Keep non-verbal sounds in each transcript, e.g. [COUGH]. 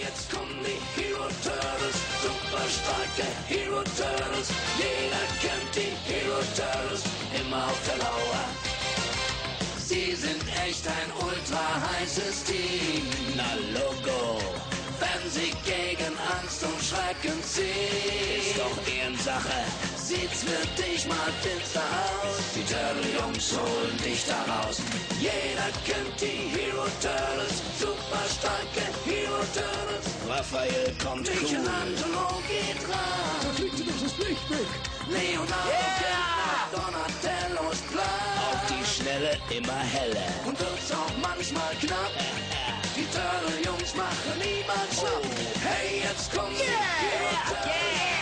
jetzt kommen die Hero Turtles, super starke Hero Turtles. Jeder kennt die Hero Turtles, immer auf der Lauer. Sie sind echt ein ultra heißes Team, na Logo. Wenn sie gegen Angst und Schrecken ziehen, ist doch Ehrensache. Sieht's für dich mal finster aus. Die Turtle-Jungs holen dich da raus. Jeder kennt die Hero Turtles, super starke Hero Turtles. Raphael kommt Michelangelo geht ran. Da fliegt sie durch das Licht weg. Leonardo yeah! Donatellos Plan. Auf die Schnelle immer heller. Und wird's auch manchmal knapp. Die Turtle-Jungs machen niemand schlapp. Hey, jetzt kommen die Hero Turtles.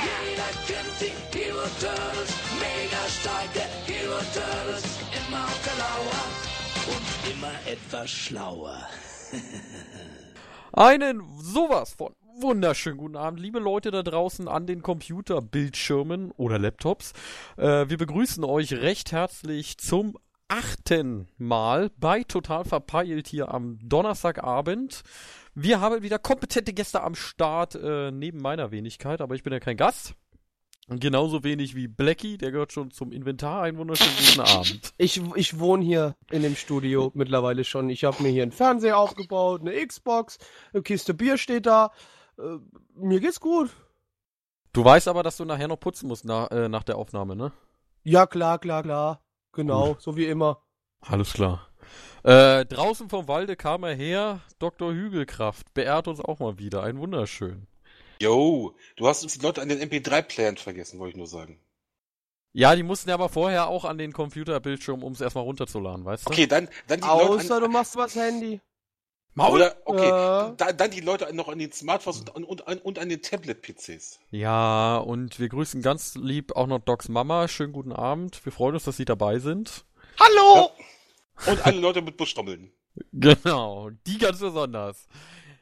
Jeder kennt die Hero Turtles. Mega starke Hero Turtles. Immer auf der Lauer. Und immer etwas schlauer. Einen sowas von wunderschönen guten Abend, liebe Leute da draußen an den Computerbildschirmen oder Laptops. Äh, wir begrüßen euch recht herzlich zum achten Mal bei Total Verpeilt hier am Donnerstagabend. Wir haben wieder kompetente Gäste am Start, äh, neben meiner Wenigkeit, aber ich bin ja kein Gast. Genauso wenig wie Blackie, der gehört schon zum Inventar. Einen wunderschönen guten Abend. Ich, ich wohne hier in dem Studio mittlerweile schon. Ich habe mir hier einen Fernseher aufgebaut, eine Xbox, eine Kiste Bier steht da. Äh, mir geht's gut. Du weißt aber, dass du nachher noch putzen musst nach, äh, nach der Aufnahme, ne? Ja, klar, klar, klar. Genau, so wie immer. Alles klar. Äh, draußen vom Walde kam er her, Dr. Hügelkraft, beehrt uns auch mal wieder. Ein wunderschön. Yo, du hast uns die Leute an den MP3-Playern vergessen, wollte ich nur sagen. Ja, die mussten ja aber vorher auch an den Computerbildschirm, um es erstmal runterzuladen, weißt du? Okay, dann, dann die Ah. Leute Außer an, du machst was Handy. Maul! oder, okay, Ja. da, dann die Leute noch an den Smartphones und, und, und, und an den Tablet-PCs. Ja, und wir grüßen ganz lieb auch noch Docs Mama. Schönen guten Abend. Wir freuen uns, dass Sie dabei sind. [LAUGHS] Hallo! Und alle Leute mit Buschtrommeln. Genau, die ganz besonders.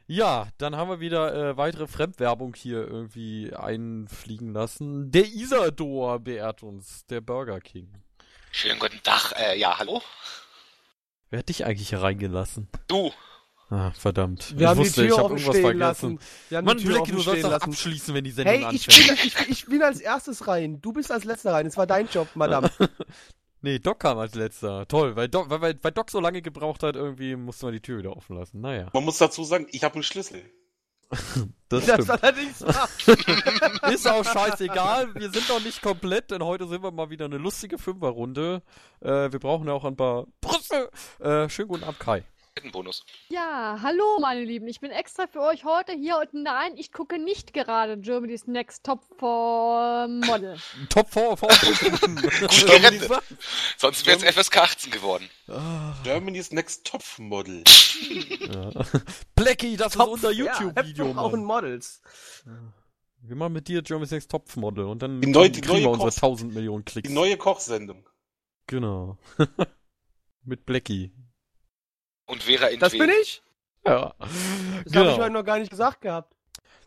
Ja, dann haben wir wieder äh, weitere Fremdwerbung hier irgendwie einfliegen lassen. Der Isador beehrt uns, der Burger King. Schönen guten Tag. Äh, ja, hallo? Wer hat dich eigentlich hier reingelassen? Du. Ah, verdammt. Wir haben die Tür hab offen stehen lassen. Wir haben Mann, die Tür Blackie, offen du sollst stehen das lassen. abschließen, wenn die Sendung Hey, ich anfängt. bin, ich, bin- ich bin als erstes rein. Du bist als letzter rein. Es war dein Job, Madame. Nee, Doc kam als letzter. Toll, weil Doc, weil, weil, weil Doc so lange gebraucht hat, irgendwie mussten wir die Tür wieder offen lassen. Naja, Man muss dazu sagen, ich habe einen Schlüssel. das Das stimmt. allerdings war. Ist auch scheißegal, wir sind noch nicht komplett, denn heute sind wir mal wieder eine lustige Fünferrunde. Äh, wir brauchen ja auch ein paar Brüste. Äh, schönen guten Abend, Kai. Bonus. Ja, hallo meine Lieben, ich bin extra für euch heute hier und nein, ich gucke nicht gerade Germany's Next Top Form Model. Top 4 [LAUGHS] vor. Gut gerettet. Sonst wäre es FSK 18 geworden. Ah, Germany's Next Topmodel. Blackie, das ist unser Ja, YouTube-Video, auch in Mann. Models. Wir machen mit dir Germany's Next Topmodel und dann Die neue- die kriegen wir neue unsere Kost- 1000 Millionen Klicks. Die neue Kochsendung. genau. [LAUGHS] mit Blackie. Und Vera in Das bin ich? Ja. Das habe ich heute noch gar nicht gesagt gehabt.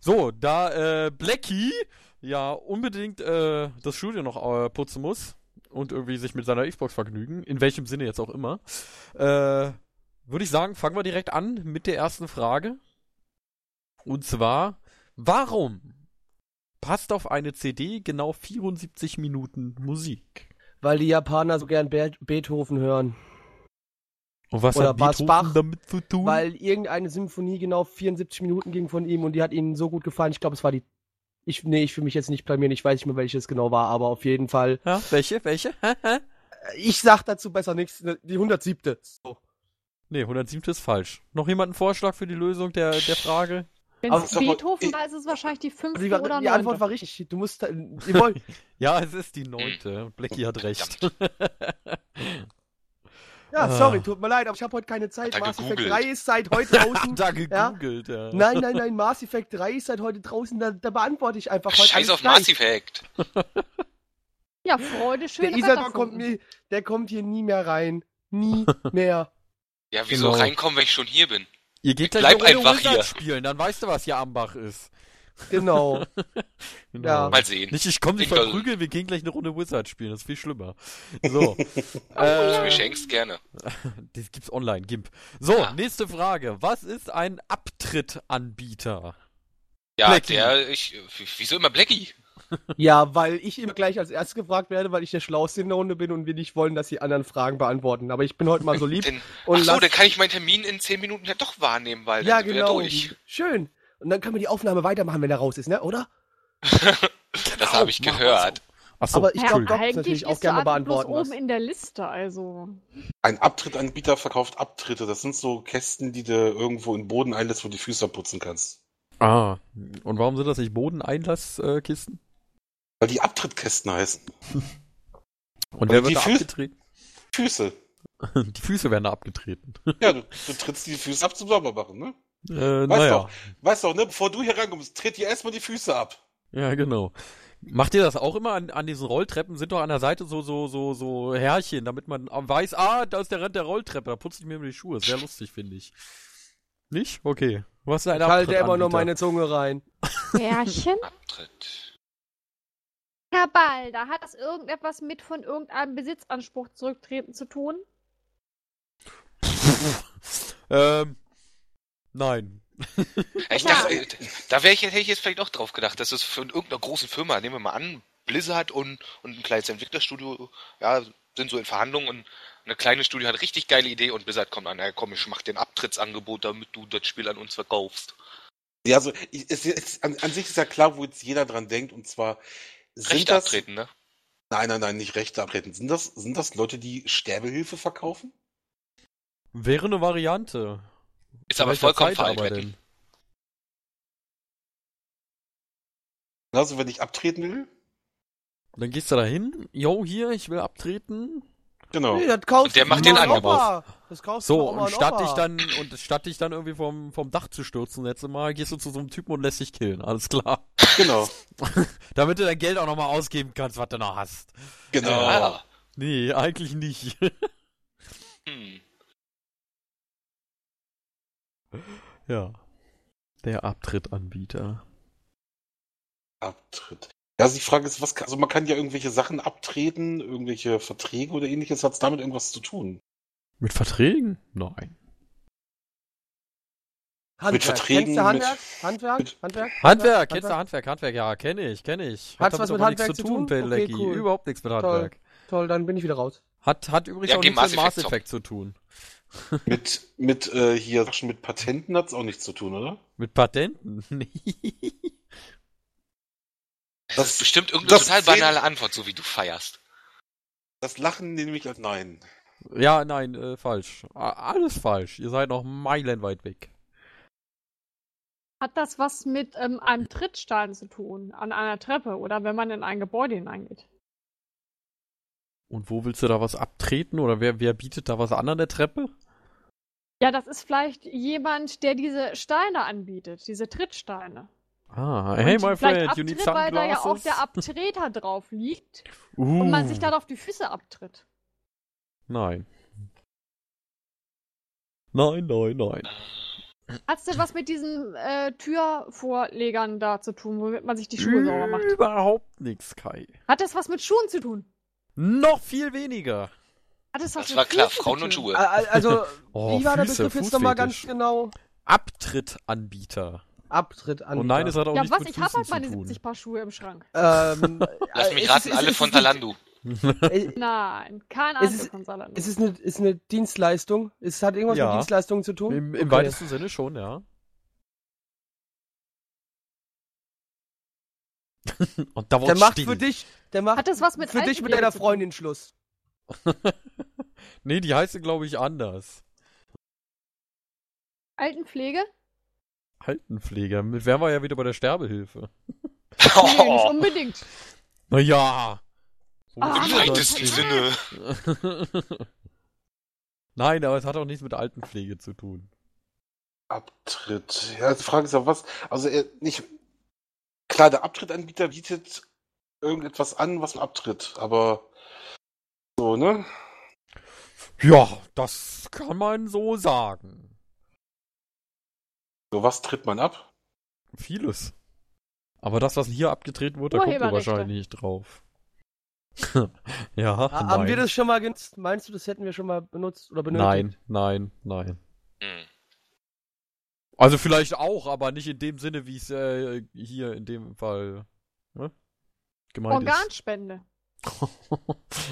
Genau. So, da äh, Blackie ja unbedingt äh, das Studio noch äh, putzen muss und irgendwie sich mit seiner Xbox vergnügen, in welchem Sinne jetzt auch immer, äh, würde ich sagen, fangen wir direkt an mit der ersten Frage. Und zwar, warum passt auf eine CD genau 74 Minuten Musik? Weil die Japaner so gern Be Beethoven hören. Und was Oder hat war's Beethoven Bach? damit zu tun? Weil irgendeine Symphonie genau 74 Minuten ging von ihm und die hat ihnen so gut gefallen. Ich glaube, es war die. Ich, nee, ich will mich jetzt nicht blamieren, ich weiß nicht mehr, welche es genau war, aber auf jeden Fall. ja, welche, welche? Hä, hä? Ich sag dazu besser nichts. ne, Die 107. So. nee, 107 ist falsch. Noch jemand einen Vorschlag für die Lösung der, der Frage? Wenn Aber es sag mal, Beethoven ich- war, ist es wahrscheinlich die fünfte Also Die, war, oder die Antwort neunte. war richtig. Du musst. äh, Jawohl. Ja, es ist die neunte. Blackie hat recht. Ja, Ah. sorry, tut mir leid, aber ich habe heute keine Zeit. Hat er Mass Effect gegoogelt. 3 ist seit [LAUGHS] heute [LAUGHS] draußen. da gegoogelt, ja. nein, nein, nein, Mass Effect 3 ist seit heute draußen. Da, da beantworte ich einfach heute. Scheiß alles auf gleich. Mass Effect. Ja, Freude, schöne Der Isador Götterfunken. kommt, nie, der kommt hier nie mehr rein. Nie mehr. Ja, wieso Genau. reinkommen, wenn ich schon hier bin? Ihr geht gleich Bleib eine Runde einfach Wizard hier. spielen, dann weißt du, was hier am Bach ist. [LAUGHS] Genau. Ja. Mal sehen. Nicht, ich komme nicht Ich glaub- verprügeln, wir gehen gleich eine Runde Wizard spielen, das ist viel [LAUGHS] schlimmer. So. Wenn du äh, mir schenkst, gerne. das gibt's online, GIMP. So, Ja. nächste Frage. Was ist ein Abtrittanbieter? Ja, Blackie. der, ich, w- wieso immer Blackie? ja, weil ich immer gleich als erstes gefragt werde, weil ich der Schlauste in der Runde bin und wir nicht wollen, dass die anderen Fragen beantworten. Aber ich bin heute mal so lieb. Denn, und ach so, lass- dann kann ich meinen Termin in 10 Minuten ja doch wahrnehmen, weil ja, dann sind wir genau. durch. Schön. Und dann können wir die Aufnahme weitermachen, wenn er raus ist, ne? Oder? Das habe ich mach was gehört. Achso, Aber ich glaube, Entschuldigung. Gott natürlich auch gerne Admin bloß beantworten. oben Das. in der Liste, also. Ein Abtrittanbieter verkauft Abtritte. Das sind so Kästen, die du irgendwo in den Boden einlässt, wo du die Füße putzen kannst. Ah, und warum sind das nicht Bodeneinlasskisten? Weil die Abtrittkästen heißen. Und wer Und wird die da Füße- abgetreten? [LAUGHS] Füße. Die Füße werden da abgetreten. Ja, du, du trittst die Füße ab zum sauber machen, ne? Äh, Weißt naja. doch. Weißt doch, ne? Bevor du hier rankommst, tritt dir erstmal die Füße ab. Ja, genau. Macht ihr das auch immer an, an diesen Rolltreppen? Sind doch an der Seite so, so, so, so Härchen, damit man am- weiß, ah, da ist der Rand der Rolltreppe, da putze ich mir immer die Schuhe. Ist Sehr lustig, finde ich. Nicht? Okay. Was ist ein Ich halte immer Abtrittanbieter? nur meine Zunge rein. Pärchen? Abtritt. Herr Ball, da hat das irgendetwas mit von irgendeinem Besitzanspruch zurücktreten zu tun? [LAUGHS] ähm, nein. Ja, Ich Ja. dachte, äh, da wär ich, hätte ich jetzt vielleicht auch drauf gedacht, dass es von irgendeiner großen Firma, nehmen wir mal an, Blizzard und, und ein kleines Entwicklerstudio, ja, sind so in Verhandlungen und eine kleine Studio hat richtig geile Idee und Blizzard kommt an, ja komm, ich mach dir ein Abtrittsangebot, damit du das Spiel an uns verkaufst. Ja, also ich, es, es, an, an sich ist ja klar, wo jetzt jeder dran denkt, und zwar sind Recht das. abtreten, ne? Nein, nein, nein, nicht Rechte abtreten. Sind das, sind das Leute, die Sterbehilfe verkaufen? Wäre eine Variante. Ist aber Welcher vollkommen Zeit aber veraltet. denn? Also wenn ich abtreten will? Dann gehst du da hin, yo, hier, ich will abtreten. Genau. Nee, das kaufst Und der du macht Mama den und Angebot. Opa. Das kaufst du So, Mama und statt Opa. dich dann, und statt dich dann irgendwie vom, vom Dach zu stürzen, letzte Mal, gehst du zu so einem Typen und lässt dich killen. Alles klar. [LAUGHS] Genau. Damit du dein Geld auch nochmal ausgeben kannst, was du noch hast. Genau. Ja. Nee, eigentlich nicht. [LAUGHS] Hm. ja. Der Abtrittanbieter. Abtritt. Ja, also die Frage ist, was kann, also man kann ja irgendwelche Sachen abtreten, irgendwelche Verträge oder ähnliches, hat es damit irgendwas zu tun? Mit Verträgen? Nein. Handwerk. mit Verträgen, Kennst du Handwerk? Handwerk? mit- Handwerk? Handwerk, kennst du Handwerk? Handwerk, ja, kenne ich, kenne ich. Hat's was damit mit aber Handwerk nichts zu tun? Okay, Pelecky. cool. Überhaupt nichts mit Toll. Handwerk. Toll, dann bin ich wieder raus. Hat, hat übrigens Ja, auch geh nichts mit Mass Effect Mass Effect zu tun. Mit, mit äh, hier Sachen mit Patenten hat es auch nichts zu tun, oder? Mit Patenten? [LAUGHS] Nee. Das ist bestimmt irgendeine das total sehen- banale Antwort, so wie du feierst. Das Lachen nehme ich als Nein. Ja, nein, äh, falsch. A- Alles falsch. Ihr seid noch meilenweit weg. Hat das was mit ähm, einem Trittstein zu tun, an einer Treppe oder wenn man in ein Gebäude hineingeht? Und wo willst du da was abtreten? Oder wer, wer bietet da was an an der Treppe? Ja, das ist vielleicht jemand, der diese Steine anbietet, diese Trittsteine. Ah, hey, Und my friend, vielleicht you need Abtritt, weil da ja auch sunglasses. der Abtreter drauf liegt uh, und man sich dann auf die Füße abtritt. Nein. Nein, nein, nein. Hat's denn was mit diesen äh, Türvorlegern da zu tun, womit man sich die Schuhe sauber macht? Überhaupt nichts, Kai. Hat das was mit Schuhen zu tun? Noch viel weniger. Hat das was Das mit war klar, Füßen zu Frauen und tun? Ah, Ä- Schuhe. ä- Also, [LAUGHS] Oh, wie war der Füße, Begriff jetzt nochmal ganz Fußfetisch. genau? Abtrittanbieter. Abtritt an. Und Oh nein, es hat auch Ja, nichts was? mit Ich hab Füßen halt meine zu tun. 70 Paar Schuhe im Schrank. ähm, Lass äh, mich es raten, ist- alle es von ist eine- Zalando. äh, Nein, kein Es Anzug ist- von Salando. Es ist eine, ist eine Dienstleistung. Es hat irgendwas Ja. mit Dienstleistungen zu tun. Im, im Okay. weitesten Sinne schon, ja. [LAUGHS] Und da wurde Der macht still. für dich, der macht Hat das was mit für dich mit Altgeräten deiner zu tun? Freundin Schluss. [LAUGHS] nee, die heißen, glaube ich, anders. Altenpflege? Altenpfleger. Mit wären wir ja wieder bei der Sterbehilfe. Nee, nicht unbedingt. Naja. Ah, Oh. Im Mann, weitesten das- Sinne. [LAUGHS] Nein, aber es hat auch nichts mit Altenpflege zu tun. Abtritt. Ja, die Frage ist ja was. Also äh, nicht. Klar, der Abtrittanbieter bietet irgendetwas an, was man abtritt, aber so, ne? Ja, das kann man so sagen. So, was tritt man ab? Vieles. Aber das, was hier abgetreten wird, da guckt ihr Urheberrechte. wahrscheinlich nicht drauf. [LAUGHS] ja, Ha- nein. Haben wir das schon mal genutzt? Meinst du, das hätten wir schon mal benutzt oder benötigt? nein, nein, nein. Hm. Also vielleicht auch, aber nicht in dem Sinne, wie es äh, hier in dem Fall ne? gemeint Organspende.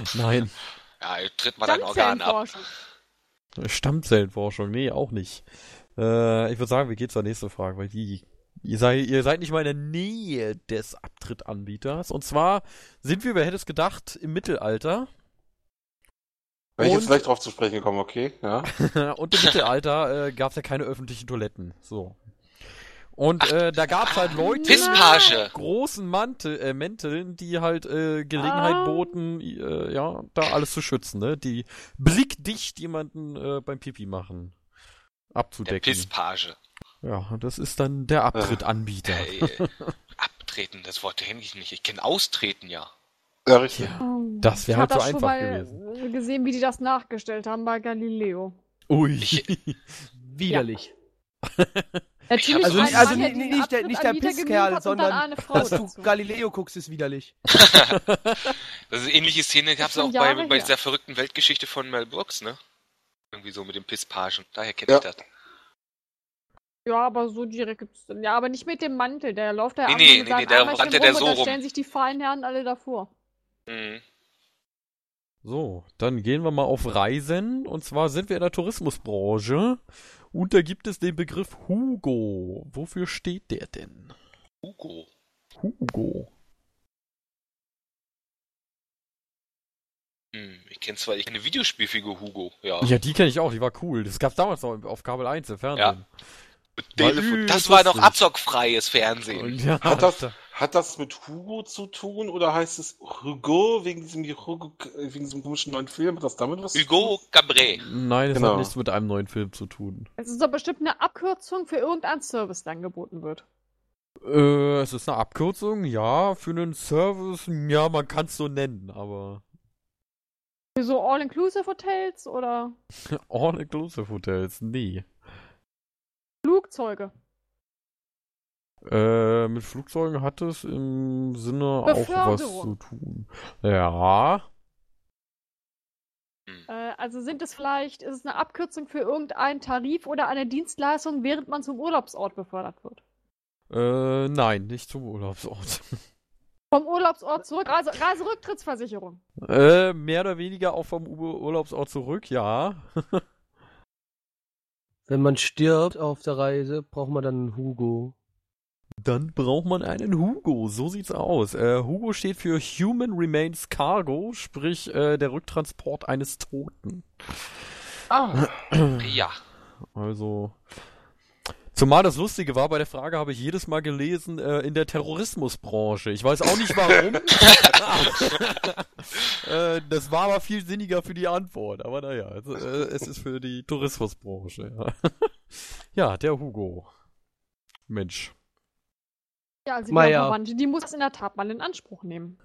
ist. [LAUGHS] Nein, [LAUGHS] Ja, ihr tritt mal dein Organ ab. Stammzellenforschung. Stammzellenforschung, nee, auch nicht. Äh, ich würde sagen, wir gehen zur nächsten Frage, weil die ihr seid, ihr seid nicht mal in der Nähe des Abtrittanbieters. Und zwar sind wir, wer hätte es gedacht, im Mittelalter. [LAUGHS] Wenn ich Und- jetzt gleich drauf zu sprechen komme, okay? Ja. und im Mittelalter äh, gab es ja keine öffentlichen Toiletten. So. Und äh, da gab es halt Leute mit Pisspage! großen Mantel, äh, Mänteln, die halt äh, Gelegenheit Ah. boten, äh, ja, da alles zu schützen, ne? Die blickdicht jemanden äh, beim Pipi machen Der abzudecken. Pisspage. Ja, und das ist dann der Abtrittanbieter. Ey, Äh, abtreten, das Wort kenne ich nicht. Ich kenne austreten ja. Ja, richtig. Ja. Das wär Ich halt hab so das schon einfach mal gewesen. gesehen, wie die das nachgestellt haben bei Galileo. [LAUGHS] Ui. Ich- Widerlich. Oh, Natürlich Also nicht- ein also Mann, nicht- der nicht den der- nicht der Abtritt anbietet, Pisskerl, gemimt hat und sondern dann eine Frau Dass du dazu. Galileo guckst, ist widerlich. Das ist eine ähnliche Szene gab es schon auch bei, Jahre bei her. dieser verrückten Weltgeschichte von Mel Brooks, ne? Irgendwie so mit dem Pisspagen. Daher kenne Ja. ich das. Ja, aber so direkt gibt's dann. Ja, aber nicht mit dem Mantel. Der läuft da Nee, ab nee, und nee, sagt, nee, da einmal rannte schön der rum so und rum. Da stellen sich die feinen Herren alle davor. Mhm. So, dann gehen wir mal auf Reisen. Und zwar sind wir in der Tourismusbranche. Und da gibt es den Begriff Hugo. Wofür steht der denn? Hugo. Hugo. Hm, ich kenne zwar, ich kenne eine Videospielfigur Hugo, ja. Ja, die kenne ich auch, die war cool. Das gab's damals noch auf Kabel 1 im Fernsehen. Telefon. übelst Das war noch lustig. abzockfreies Fernsehen. Ja, Hat das, hat das mit Hugo zu tun oder heißt es Hugo wegen diesem, Hugo, wegen diesem komischen neuen Film? Hat das damit was Hugo Cabré. Nein, das Genau. hat nichts mit einem neuen Film zu tun. Es ist doch bestimmt eine Abkürzung für irgendeinen Service, der angeboten wird. Äh, es ist eine Abkürzung, ja, für einen Service, ja, man kann es so nennen, aber Für so All-Inclusive-Hotels oder All-Inclusive Hotels, nee. Flugzeuge. Äh, mit Flugzeugen hat es im Sinne auch was zu Beförderung. tun. Ja, Äh, also sind es vielleicht, ist es eine Abkürzung für irgendeinen Tarif oder eine Dienstleistung, während man zum Urlaubsort befördert wird. äh, nein, nicht zum Urlaubsort. [LAUGHS] Vom Urlaubsort zurück, Reise, Reiserücktrittsversicherung. äh, mehr oder weniger auch vom Ur Urlaubsort zurück, ja. [LAUGHS] Wenn man stirbt auf der Reise, braucht man dann einen Hugo. Dann braucht man einen Hugo, so sieht's aus. Äh, Hugo steht für Human Remains Cargo, sprich äh, der Rücktransport eines Toten. Ah, [CLEARS THROAT] Ja. Also. Zumal das Lustige war, bei der Frage habe ich jedes Mal gelesen, äh, in der Terrorismusbranche. Ich weiß auch nicht warum. [LAUGHS] äh, das war aber viel sinniger für die Antwort. Aber naja, es, äh, es ist für die Tourismusbranche. Ja, [LAUGHS] ja der Hugo. Mensch. Ja, also die Meier. Verwandte, die muss das in der Tat mal in Anspruch nehmen.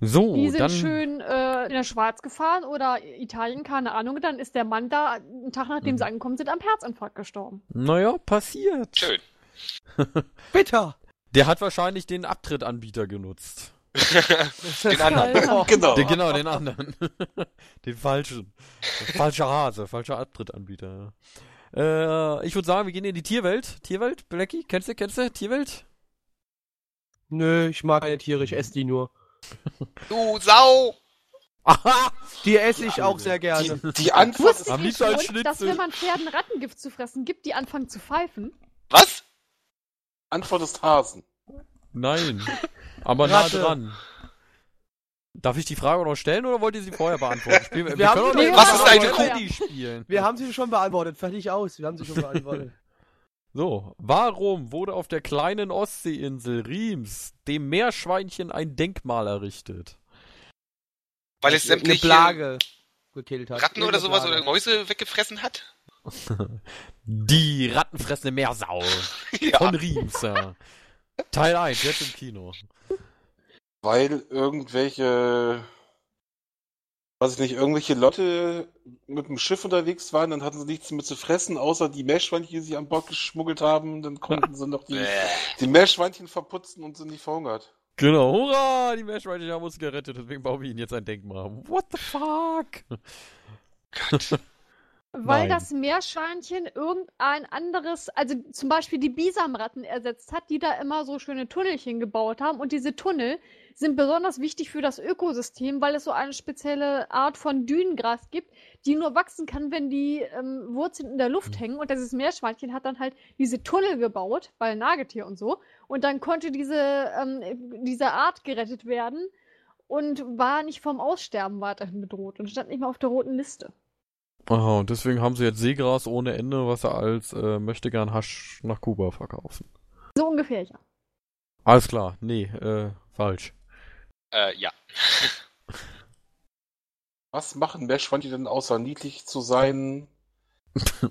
So, die sind Oh, dann. schön äh, in der Schweiz gefahren oder Italien, keine Ahnung. Dann ist der Mann da, einen Tag nachdem Mhm. sie angekommen sind, am Herzinfarkt gestorben. Naja, passiert. Schön. Bitter! Der hat wahrscheinlich den Abtrittanbieter genutzt. Den anderen. Alter. [LAUGHS] Oh. genau. Den, genau, den anderen. [LAUGHS] den falschen. Falscher Hase, falscher Abtrittanbieter. ja. Äh, ich würde sagen, wir gehen in die Tierwelt. Tierwelt, Blackie, kennst du, kennst du? [LAUGHS] Tierwelt? [LAUGHS] Nö, ich mag keine Tiere, ich esse die nur. Du Sau! Aha! Die esse ich auch sehr gerne. Die, die Antwort ist Wusstet Am ihr liebsten als schon, dass Schnitzel. wenn man Pferden Rattengift zu fressen gibt, die anfangen zu pfeifen? Was? Antwort ist Hasen. Nein. Aber nah Ratte. dran. Darf ich die Frage noch stellen oder wollt ihr sie vorher beantworten? Spielen wir, haben können sie doch doch nicht Was ist Mario eine Kart spielen. Wir haben sie schon beantwortet, fertig aus. Wir haben sie schon beantwortet. So, warum wurde auf der kleinen Ostseeinsel Riems dem Meerschweinchen ein Denkmal errichtet? Weil es Eine sämtliche Plage gekillt hat. Ratten oder Irgendeine sowas oder Plage. Mäuse weggefressen hat? Die rattenfressende Meersau. Ja. Von Riems, [LAUGHS] ja. Teil 1, jetzt im Kino. Weil irgendwelche weiß ich nicht, irgendwelche Leute mit dem Schiff unterwegs waren, dann hatten sie nichts mehr zu fressen, außer die Meerschweinchen, die sie an Bord geschmuggelt haben, dann konnten sie noch die, die Meerschweinchen verputzen und sind nicht verhungert. Genau, hurra! Die Meerschweinchen haben uns gerettet, deswegen bauen wir ihnen jetzt ein Denkmal. What the fuck? Nein. Weil das Meerschweinchen irgendein anderes, also zum Beispiel die Bisamratten ersetzt hat, die da immer so schöne Tunnelchen gebaut haben. Und diese Tunnel sind besonders wichtig für das Ökosystem, weil es so eine spezielle Art von Dünengras gibt, die nur wachsen kann, wenn die ähm, Wurzeln in der Luft hängen. Und dieses Meerschweinchen hat dann halt diese Tunnel gebaut, weil Nagetier und so. Und dann konnte diese, ähm, diese Art gerettet werden und war nicht vom Aussterben weiterhin bedroht und stand nicht mal auf der roten Liste. [LAUGHS] Aha, und deswegen haben sie jetzt Seegras ohne Ende, was sie als äh, möchte gern Hasch nach Kuba verkaufen. So ungefähr, ja. Alles klar, nee, äh, falsch. Äh, ja. Was machen Meerschweinchen denn außer niedlich zu sein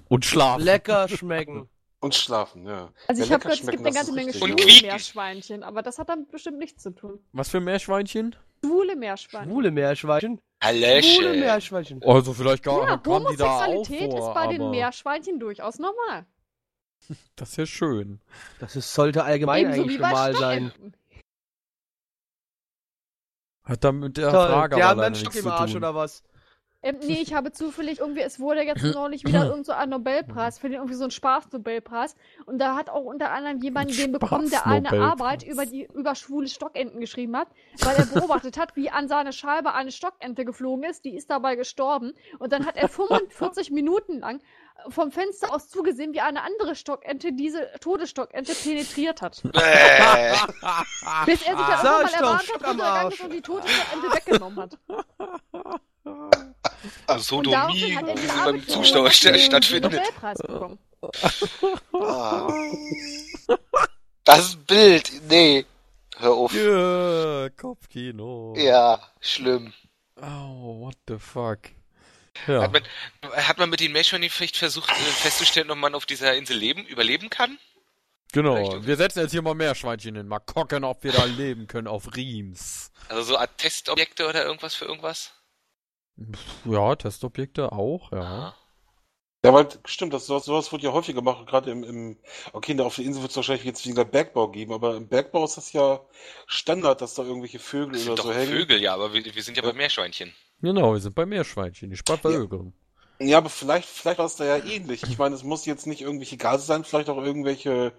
Und schlafen. [LAUGHS] Lecker schmecken. und schlafen, ja. Also Ja, ich habe lecker gehört, es gibt schmecken, eine das ganze Menge ist richtig. schwule Und quieken. Meerschweinchen, aber das hat damit bestimmt nichts zu tun. Was für Meerschweinchen? Schwule Meerschweinchen. Schwule Meerschweinchen. Schwule Hallöche. Meerschweinchen. Also vielleicht gar Ja, kamen die da auch Homosexualität vor, ist bei den aber Meerschweinchen durchaus normal. Das ist ja schön. Das ist, sollte allgemein Ebenso eigentlich wie bei normal sein. Stockenten. Hat damit mit der Toll, Frage die aber haben leider einen nichts Stock zu im Arsch tun. oder was? Ähm, nee, ich habe zufällig irgendwie, es wurde jetzt neulich wieder irgend so ein Nobelpreis, für den irgendwie so ein Spaßnobelpreis. Und da hat auch unter anderem jemand den bekommen, der eine Spaßnobelpreis. Arbeit über die über schwule Stockenten geschrieben hat, weil er beobachtet hat, wie an seine Scheibe eine Stockente geflogen ist, die ist dabei gestorben. Und dann hat er 45 Minuten lang vom Fenster aus zugesehen, wie eine andere Stockente diese Todesstockente penetriert hat. Äh, Bis er sich dann irgendwann mal Sauerstoff, erbarmt Stock hat, am runtergegangen ist Arsch. und die Todesstockente weggenommen hat. Und Sodomie daraufhin hat er diese Arbeit beim geschrieben Zuschauer und hat st den stattfindet. Nobelpreis bekommen. Ah. [LAUGHS] Das Bild, nee. Hör auf. Yeah, Kopfkino. Ja, schlimm. Oh, what the fuck. Ja. Hat, man, hat man mit den Meerschweinchen vielleicht versucht äh, festzustellen, ob man auf dieser Insel leben, überleben kann? Genau, Vielleicht- wir setzen jetzt hier mal Meerschweinchen hin. Mal gucken, ob wir da leben können auf Riems. Also so Art Testobjekte oder irgendwas für irgendwas? Pff, Ja, Testobjekte auch, Ah, ja. Ja, weil, stimmt, das, sowas, sowas wird ja häufig gemacht, gerade im, im, okay, da auf der Insel wird es wahrscheinlich jetzt weniger Bergbau geben, aber im Bergbau ist das ja Standard, dass da irgendwelche Vögel Das oder sind so doch hängen. Vögel, ja, aber wir, wir sind ja bei Meerschweinchen. Genau, wir sind bei Meerschweinchen, die spart bei Ja. Ögern. Ja, aber vielleicht, vielleicht war es da ja ähnlich. Ich meine, es muss jetzt nicht irgendwelche Gase sein, vielleicht auch irgendwelche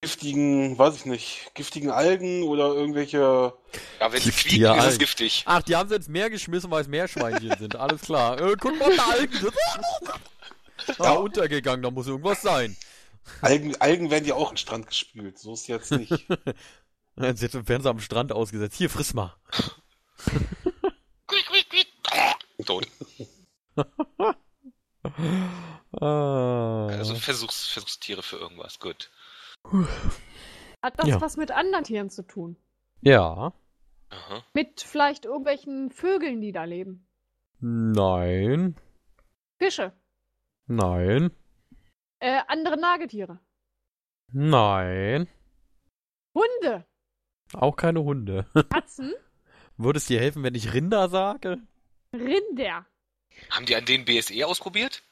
giftigen, weiß ich nicht, giftigen Algen oder irgendwelche. Ja, wenn sie Giftige quieken, ist es Algen. giftig. Ach, die haben sie ins Meer geschmissen, weil es Meerschweinchen sind. Alles klar. Äh, guck mal, da Algen sind. [LAUGHS] Ah, untergegangen, da muss irgendwas sein. Algen, Algen werden ja auch in den Strand gespült. So ist jetzt nicht. Jetzt werden sie am Strand ausgesetzt. Hier, friss mal. Quiek, quiek, quiek. Tot. Ah. Also Versuchs, Versuchstiere für irgendwas, gut. Hat das Ja. was mit anderen Tieren zu tun? ja. Aha. Mit vielleicht irgendwelchen Vögeln, die da leben? Nein. Fische? Nein. Äh, andere Nagetiere? Nein. Hunde? Auch keine Hunde. [LAUGHS] Katzen? Würde es dir helfen, wenn ich Rinder sage? Rinder? Haben die an den BSE E ausprobiert?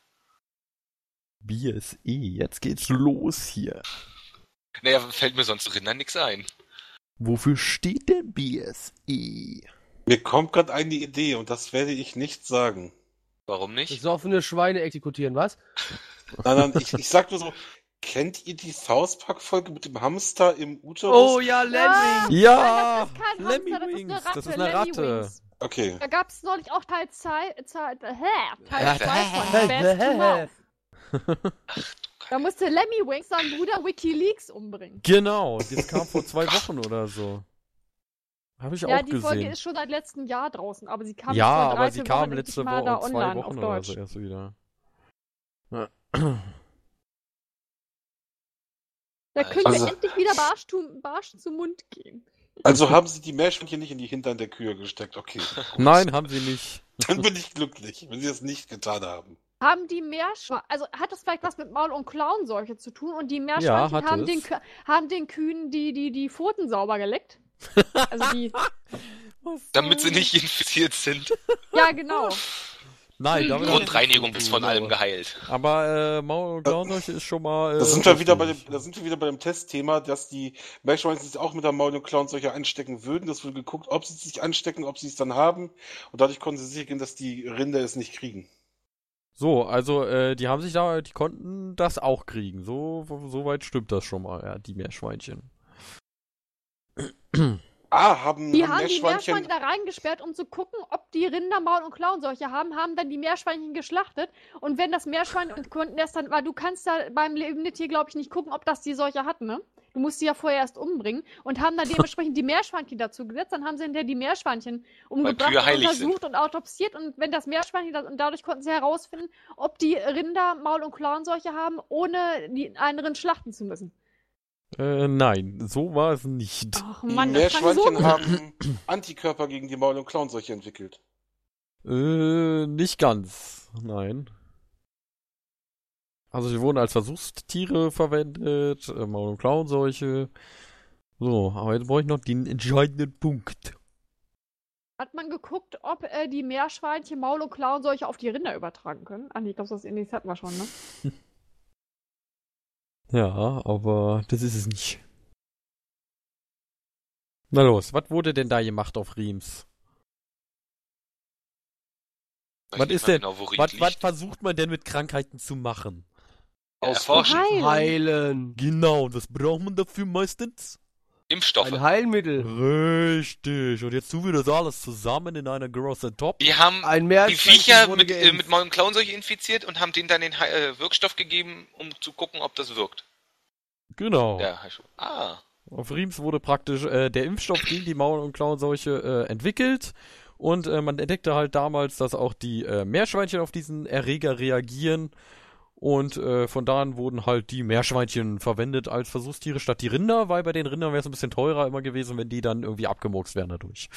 BSE, E, jetzt geht's los hier. Naja, fällt mir sonst Rindern nichts ein. Wofür steht denn E? BSE? Mir kommt gerade eine Idee und das werde ich nicht sagen. Warum nicht? Besoffene Schweine exekutieren, was? Nein, nein, ich, ich sag nur so, kennt ihr die South Park-Folge mit dem Hamster im Uterus? Oh ja, Ah, Lemming! Ja! Nein, das ist kein Lemmy Hamster, Wings, das ist eine Ratte. Lemmy Wings. Okay. Da gab es neulich auch Teil 2 Teil, äh, hä, Ja, da- Teil zwei von Best to Mouth. Da musste Lemmy Wings seinen Bruder Wikileaks umbringen. Genau, das kam [LAUGHS] vor zwei Wochen oder so. Habe ich Ja, auch die Folge gesehen. ist schon seit letztem Jahr draußen, aber sie kam ja, vor drei, aber sie vier kam Wochen letzte endlich Woche, mal um da zwei online Wochen auf oder Deutsch. so erst wieder. Ja. Da können Also- wir endlich wieder Barsch, tu, Barsch zu Mund gehen. Also haben sie die Meerschweinchen nicht in die Hintern der Kühe gesteckt. Okay. Nein, haben sie nicht. Dann bin ich glücklich, wenn sie es nicht getan haben. Haben die Meerschweinchen, also hat das vielleicht was mit Maul- und Klauenseuche zu tun und die Meerschweinchen hat haben, es. [LAUGHS] den, Kö- haben den Kühen die, die, die Pfoten sauber geleckt? Also die, damit sie nicht infiziert sind. Ja, genau. Nein, damit Grundreinigung ist von allem geheilt. Aber äh, Maul- und Klauenseuche ist schon mal. Äh, Da sind, wir wieder bei dem, da sind wir wieder bei dem Testthema, dass die Meerschweinchen sich auch mit der Maul und Clown solche anstecken würden. Das wurde geguckt, ob sie sich anstecken, ob sie es dann haben. Und dadurch konnten sie sicher gehen, dass die Rinder es nicht kriegen. So, also äh, die haben sich da, die konnten das auch kriegen. So, so weit stimmt das schon mal, ja, die Meerschweinchen. Ah, haben, Die haben die Meerschweinchen da reingesperrt, um zu gucken, ob die Rinder, Maul und Klauenseuche haben, haben dann die Meerschweinchen geschlachtet. Und wenn das Meerschwein und konnten erst dann, weil du kannst da beim lebenden Tier, glaube ich, nicht gucken, ob das die Seuche hat, ne? Du musst sie ja vorher erst umbringen und haben dann dementsprechend die Meerschweinchen dazu gesetzt. Dann haben sie hinterher die Meerschweinchen umgebracht, Kühe und heilig sind. untersucht und autopsiert. Und wenn das Meerschweinchen, das, und dadurch konnten sie herausfinden, ob die Rinder, Maul und Klauenseuche haben, ohne die, einen Rind schlachten zu müssen. Äh, nein, so war es nicht. Ach die Mann, das klang so Meerschweinchen haben Antikörper gegen die Maul und Clown solche entwickelt. Äh, nicht ganz. Nein. Also sie wurden als Versuchstiere verwendet, äh, Maul- und Klauenseuche. So, aber jetzt brauche ich noch den entscheidenden Punkt. Hat man geguckt, ob äh, die Meerschweinchen, Maul und Klauen solche auf die Rinder übertragen können? Ach nee, ich glaube, das ähnliches hatten wir schon, ne? Ja, aber das ist es nicht. Na los, was wurde denn da gemacht auf Riems? Weiß Was nicht ist mal denn? Genau, worin Was, liegt. was versucht man denn mit Krankheiten zu machen? Erforschen. Heilen. Genau, und was braucht man dafür meistens? Impfstoffe. Ein Hm. Heilmittel. Richtig, und jetzt tun wir das alles zusammen in einer großen Top. Die haben Ein die Meerschweinchen Viecher wurde mit, äh, geimpft. mit Maul- und Klauenseuche infiziert und haben denen dann den He- äh, Wirkstoff gegeben, um zu gucken, ob das wirkt. Genau. Ja, Herr Schu- ah, Auf Riems wurde praktisch äh, der Impfstoff gegen die Maul- und Klauenseuche äh, entwickelt. Und äh, man entdeckte halt damals, dass auch die äh, Meerschweinchen auf diesen Erreger reagieren. Und äh, von da an wurden halt die Meerschweinchen verwendet als Versuchstiere statt die Rinder, weil bei den Rindern wäre es ein bisschen teurer immer gewesen, wenn die dann irgendwie abgemurkst wären dadurch.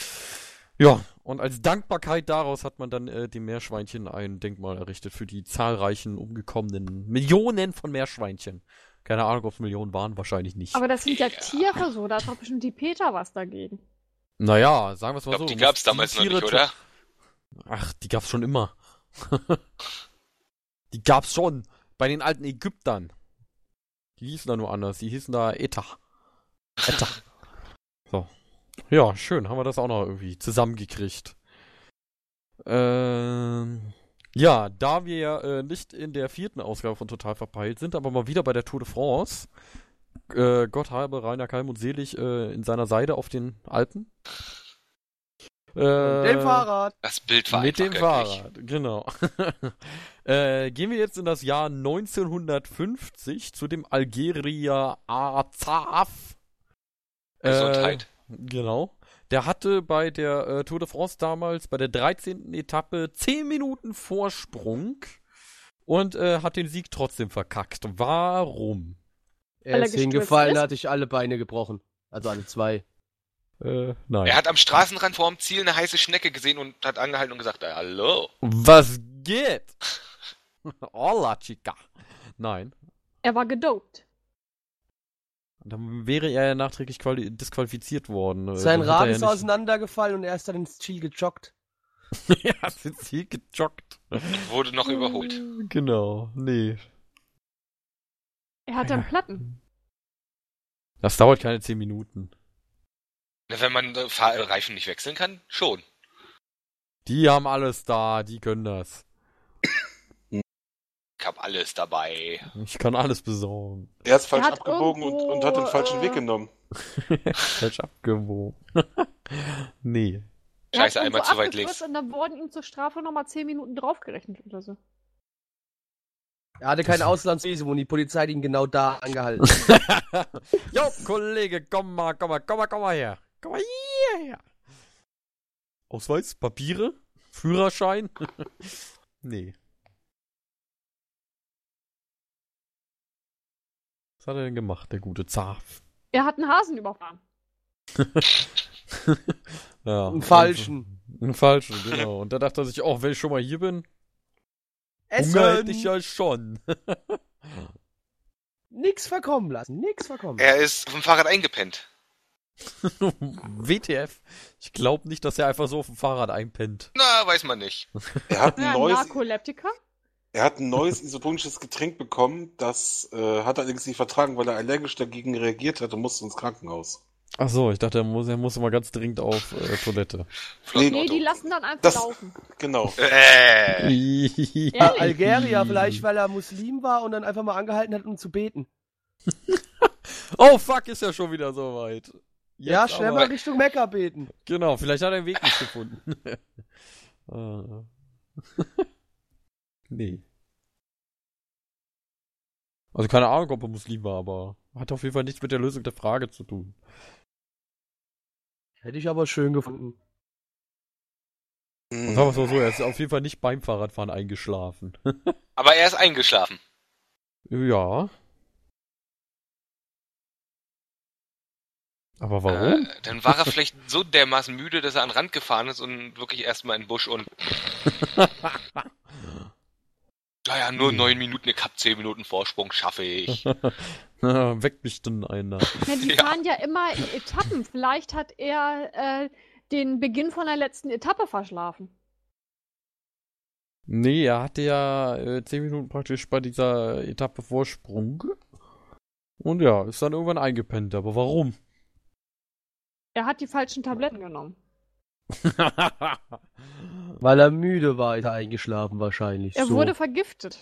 Ja, und als Dankbarkeit daraus hat man dann äh, dem Meerschweinchen ein Denkmal errichtet für die zahlreichen umgekommenen Millionen von Meerschweinchen. Keine Ahnung, ob es Millionen waren, wahrscheinlich nicht. Aber das sind ja Tiere so, da hat doch bestimmt die Peter was dagegen. Naja, sagen wir es ich mal glaube, so. die muss- gab es damals noch Also, Tiere nicht, tun- oder? Ach, die gab's schon immer. [LAUGHS] die gab's schon. Bei den alten Ägyptern. Die hießen da nur anders. Die hießen da Eta. Eta. so. Ja, schön. Haben wir das auch noch irgendwie zusammengekriegt. Ähm. Ja, da wir ja äh, nicht in der vierten Ausgabe von Total verpeilt sind, aber mal wieder bei der Tour de France. Äh, Gott habe Rainer Kalm und Selig äh, in seiner Seide auf den Alpen. Äh, Dem Fahrrad. Das Bild war mit einfach dem göttlich. Fahrrad, genau. [LAUGHS] äh, gehen wir jetzt in das Jahr 1950 zu dem Algerier Azaf. Gesundheit. Äh, genau. Der hatte bei der äh, Tour de France damals, bei der 13. Etappe, 10 Minuten Vorsprung und äh, hat den Sieg trotzdem verkackt. Warum? Er Weil er ist gestürzt hingefallen, ist? hatte ich alle Beine gebrochen. Also alle zwei. Äh, nein. Er hat am Straßenrand vor dem Ziel eine heiße Schnecke gesehen und hat angehalten und gesagt, "Ah, hallo. Was geht? [LAUGHS] Hola, chica. Nein. Er war gedopt. Dann wäre er ja nachträglich quali- disqualifiziert worden. Äh, Sein dann hat er Rad ja ist nicht- auseinandergefallen und er ist dann ins Ziel gejoggt. [LAUGHS] ja, sind sie gejoggt. Wurde noch überholt. Genau, nee. Er hatte einen Platten. Das dauert keine 10 Minuten. Na, wenn man äh, Fahr- äh, Reifen nicht wechseln kann, schon. Die haben alles da, die können das. Ich hab alles dabei. Ich kann alles besorgen. Er ist falsch hat abgebogen und, irgendwo, und hat den falschen äh, Weg genommen. Falsch abgewogen. [LAUGHS] nee. Er hat Scheiße, ihn einmal so zu weit abgekürzt links. Und dann wurden ihm zur Strafe nochmal 10 Minuten draufgerechnet oder so. Er hatte [LAUGHS] kein Auslandsvisum und die Polizei hat ihn genau da angehalten. [LAUGHS] jo, Kollege, komm mal, komm mal, komm mal, komm mal her. Komm mal hierher. Ausweis, Papiere, Führerschein. [LAUGHS] nee. Was hat er denn gemacht, der gute Zaf? Er hat einen Hasen überfahren. [LAUGHS] ja, Einen falschen. Einen falschen, genau. Und da dachte er sich, oh, wenn ich schon mal hier bin, Hunger hätte ich Essen! ja schon. [LAUGHS] Nix verkommen lassen, nix verkommen. Äh, Er ist auf dem Fahrrad eingepennt. WTF. Ich glaube nicht, dass er einfach so auf dem Fahrrad einpennt. Na, weiß man nicht. Er hat ein Ja, neues, Narkoleptiker? er hat ein neues isotonisches Getränk bekommen, das äh, hat er allerdings nicht vertragen, weil er allergisch dagegen reagiert hat und musste ins Krankenhaus. Ach so, ich dachte, er muss, er muss immer ganz dringend auf äh, Toilette. Flott, Nee, Otto. die lassen dann einfach Das- [LAUGHS] laufen. Genau. Ja, Äh, Ehrlich? äh, Algerier vielleicht, weil er Muslim war und dann einfach mal angehalten hat, um zu beten. Oh fuck, ist ja schon wieder soweit. Ja, Jetzt schnell aber- mal Richtung Mekka beten. Genau, vielleicht hat er den Weg nicht gefunden. [LAUGHS] Ah. [LAUGHS] Äh. nee. Also keine Ahnung, ob er Muslim war, aber hat auf jeden Fall nichts mit der Lösung der Frage zu tun. Hätte ich aber schön gefunden. Und sagen wir es mal so, er ist auf jeden Fall nicht beim Fahrradfahren eingeschlafen. [LAUGHS] aber er ist eingeschlafen. ja. Aber warum? Äh, dann war er vielleicht so dermaßen müde, dass er an den Rand gefahren ist und wirklich erstmal in den Busch [LAUGHS] und. Naja, nur neun Minuten, ich hab zehn Minuten Vorsprung, schaffe ich. Na, [LAUGHS] Weckt mich denn einer. Ja, die Ja. fahren ja immer in Etappen. Vielleicht hat er äh, den Beginn von der letzten Etappe verschlafen. Nee, er hatte ja äh, 10 Minuten praktisch bei dieser Etappe Vorsprung. Und ja, ist dann irgendwann eingepennt. Aber [LAUGHS] warum? Er hat die falschen Tabletten genommen. er Weil er müde war, ist er eingeschlafen wahrscheinlich. Er so. wurde vergiftet.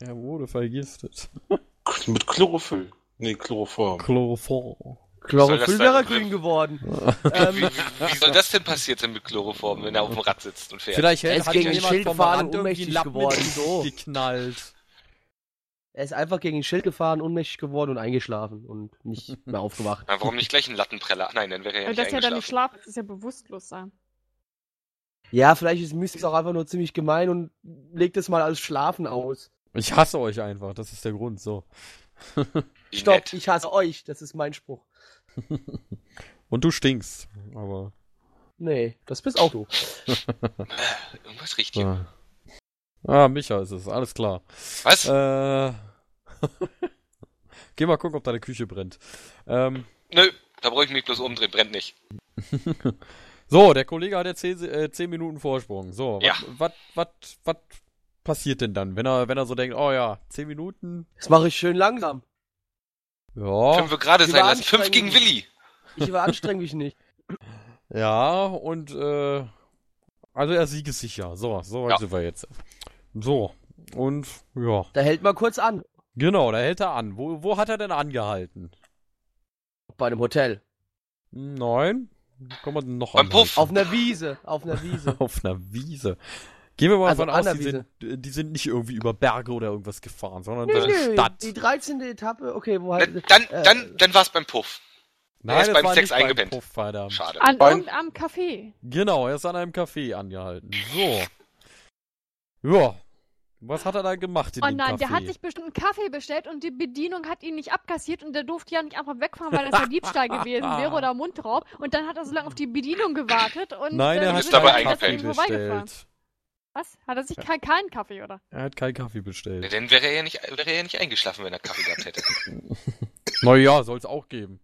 wurde vergistet. Oh. Mit Chlorophyll. Nee, Chloroform. Chloroform. Soll das Chlorophyll sein wäre Begriff? grün [LAUGHS] geworden. Wie, ähm, wie, wie soll das denn passiert sein mit Chloroform, wenn er auf dem Rad sitzt und fährt? Vielleicht Er hätte ist hat gegen ja ein jemand Schild vom gefahren Rand und irgendwie einen ohnmächtig Lappen geworden, ins so. geknallt. er ist einfach gegen ein Schild gefahren, ohnmächtig geworden und eingeschlafen und nicht mehr aufgewacht. [LAUGHS] Na, warum nicht gleich einen Lattenpreller? Nein, dann wäre er ja Ja, nicht das ist ja dann nicht eingeschlafen. Schlaf, das ist ja bewusstlos sein. Ja, vielleicht ist Mystics auch einfach nur ziemlich gemein und legt es mal als Schlafen aus. Ich hasse euch einfach, das ist der Grund, so. Wie Stopp, nett. ich hasse euch, das ist mein Spruch. Und du stinkst. Aber. Nee, das bist auch du. Irgendwas riecht hier. Ja. Ah, Micha ist es, alles klar. Was? Äh. [LAUGHS] Geh mal gucken, ob deine Küche brennt. Ähm. Nö, da brauche ich mich bloß umdrehen, brennt nicht. So, der Kollege hat ja 10, äh, 10 Minuten Vorsprung. So, Ja. was passiert denn dann, wenn er, wenn er so denkt, oh ja, 10 Minuten? Das mache ich schön langsam. Ja, Können Oh, wir gerade sein lassen. Überanstrengung. Fünf gegen Willi. Ich überanstrenge mich nicht. ja, und äh, also er siegessicher. So, so weit Ja. sind wir jetzt. So, und ja, Da hält man kurz an. genau, da hält er an. Wo, wo hat er denn angehalten? Bei einem Hotel. Nein, kann man noch Beim anhalten. Puff. Auf einer Wiese. Auf einer Wiese. [LAUGHS] Auf einer Wiese. Gehen wir mal Also davon an aus, der die sind, die sind nicht irgendwie über Berge oder irgendwas gefahren, sondern Nö, durch die nö, Stadt. Die 13. Etappe, okay, wo Dann, halt. dann, äh, dann, dann war's beim Puff. Er ist das beim war Sex nicht beim eingepennt. Puff, verdammt. Schade. An Bein- irgendeinem Café. Genau, er ist an einem Café angehalten. So. Ja. Was hat er da gemacht in Oh dem nein, Café? der hat sich bestimmt einen Kaffee bestellt und die Bedienung hat ihn nicht abkassiert und der durfte ja nicht einfach wegfahren, weil das ja [LAUGHS] Diebstahl gewesen wäre oder Mundraub. Und dann hat er so lange auf die Bedienung gewartet und Nein, äh, er die hat sind dabei dann keinen eingepennt. Kaffee deswegen vorbeigefahren. bestellt. Was? Hat er sich kein, keinen Kaffee, oder? Er hat keinen Kaffee Ja, bestellt. Dann wäre er ja nicht, wäre er ja nicht eingeschlafen, wenn er Kaffee gehabt [LAUGHS] hätte. Naja, soll es auch geben.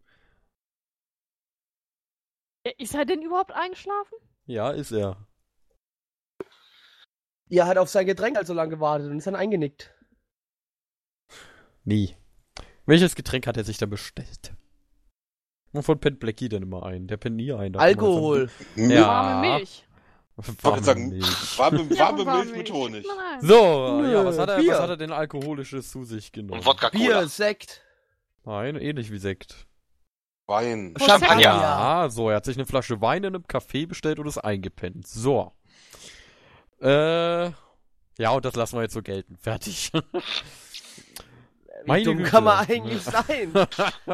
Ja, Äh, Ist er denn überhaupt eingeschlafen? Ja, ist er. Ja, hat auf sein Getränk halt so lange gewartet und ist dann eingenickt. Nie. Welches Getränk hat er sich da bestellt? Wovon pennt Blackie denn immer ein? Der pennt nie ein. darf man Alkohol. Ja. Warme Milch. davon- Ich Warme wollte sagen, Milch. warme, Ja, warme Milch mit Honig. Schmeckt man ein. So, ja, was Nö, hat, er, Bier. was hat er denn Alkoholisches zu sich genommen? Und Wodka Cola. Bier, Sekt. Nein, ähnlich wie Sekt. Wein. Champagner. Ah. Ja. Ah, so, er hat sich eine Flasche Wein in einem Café bestellt und ist eingepennt. So. Äh, ja, und das lassen wir jetzt so gelten. Fertig. [LAUGHS] Wie Meine dumm Güte. kann man eigentlich sein?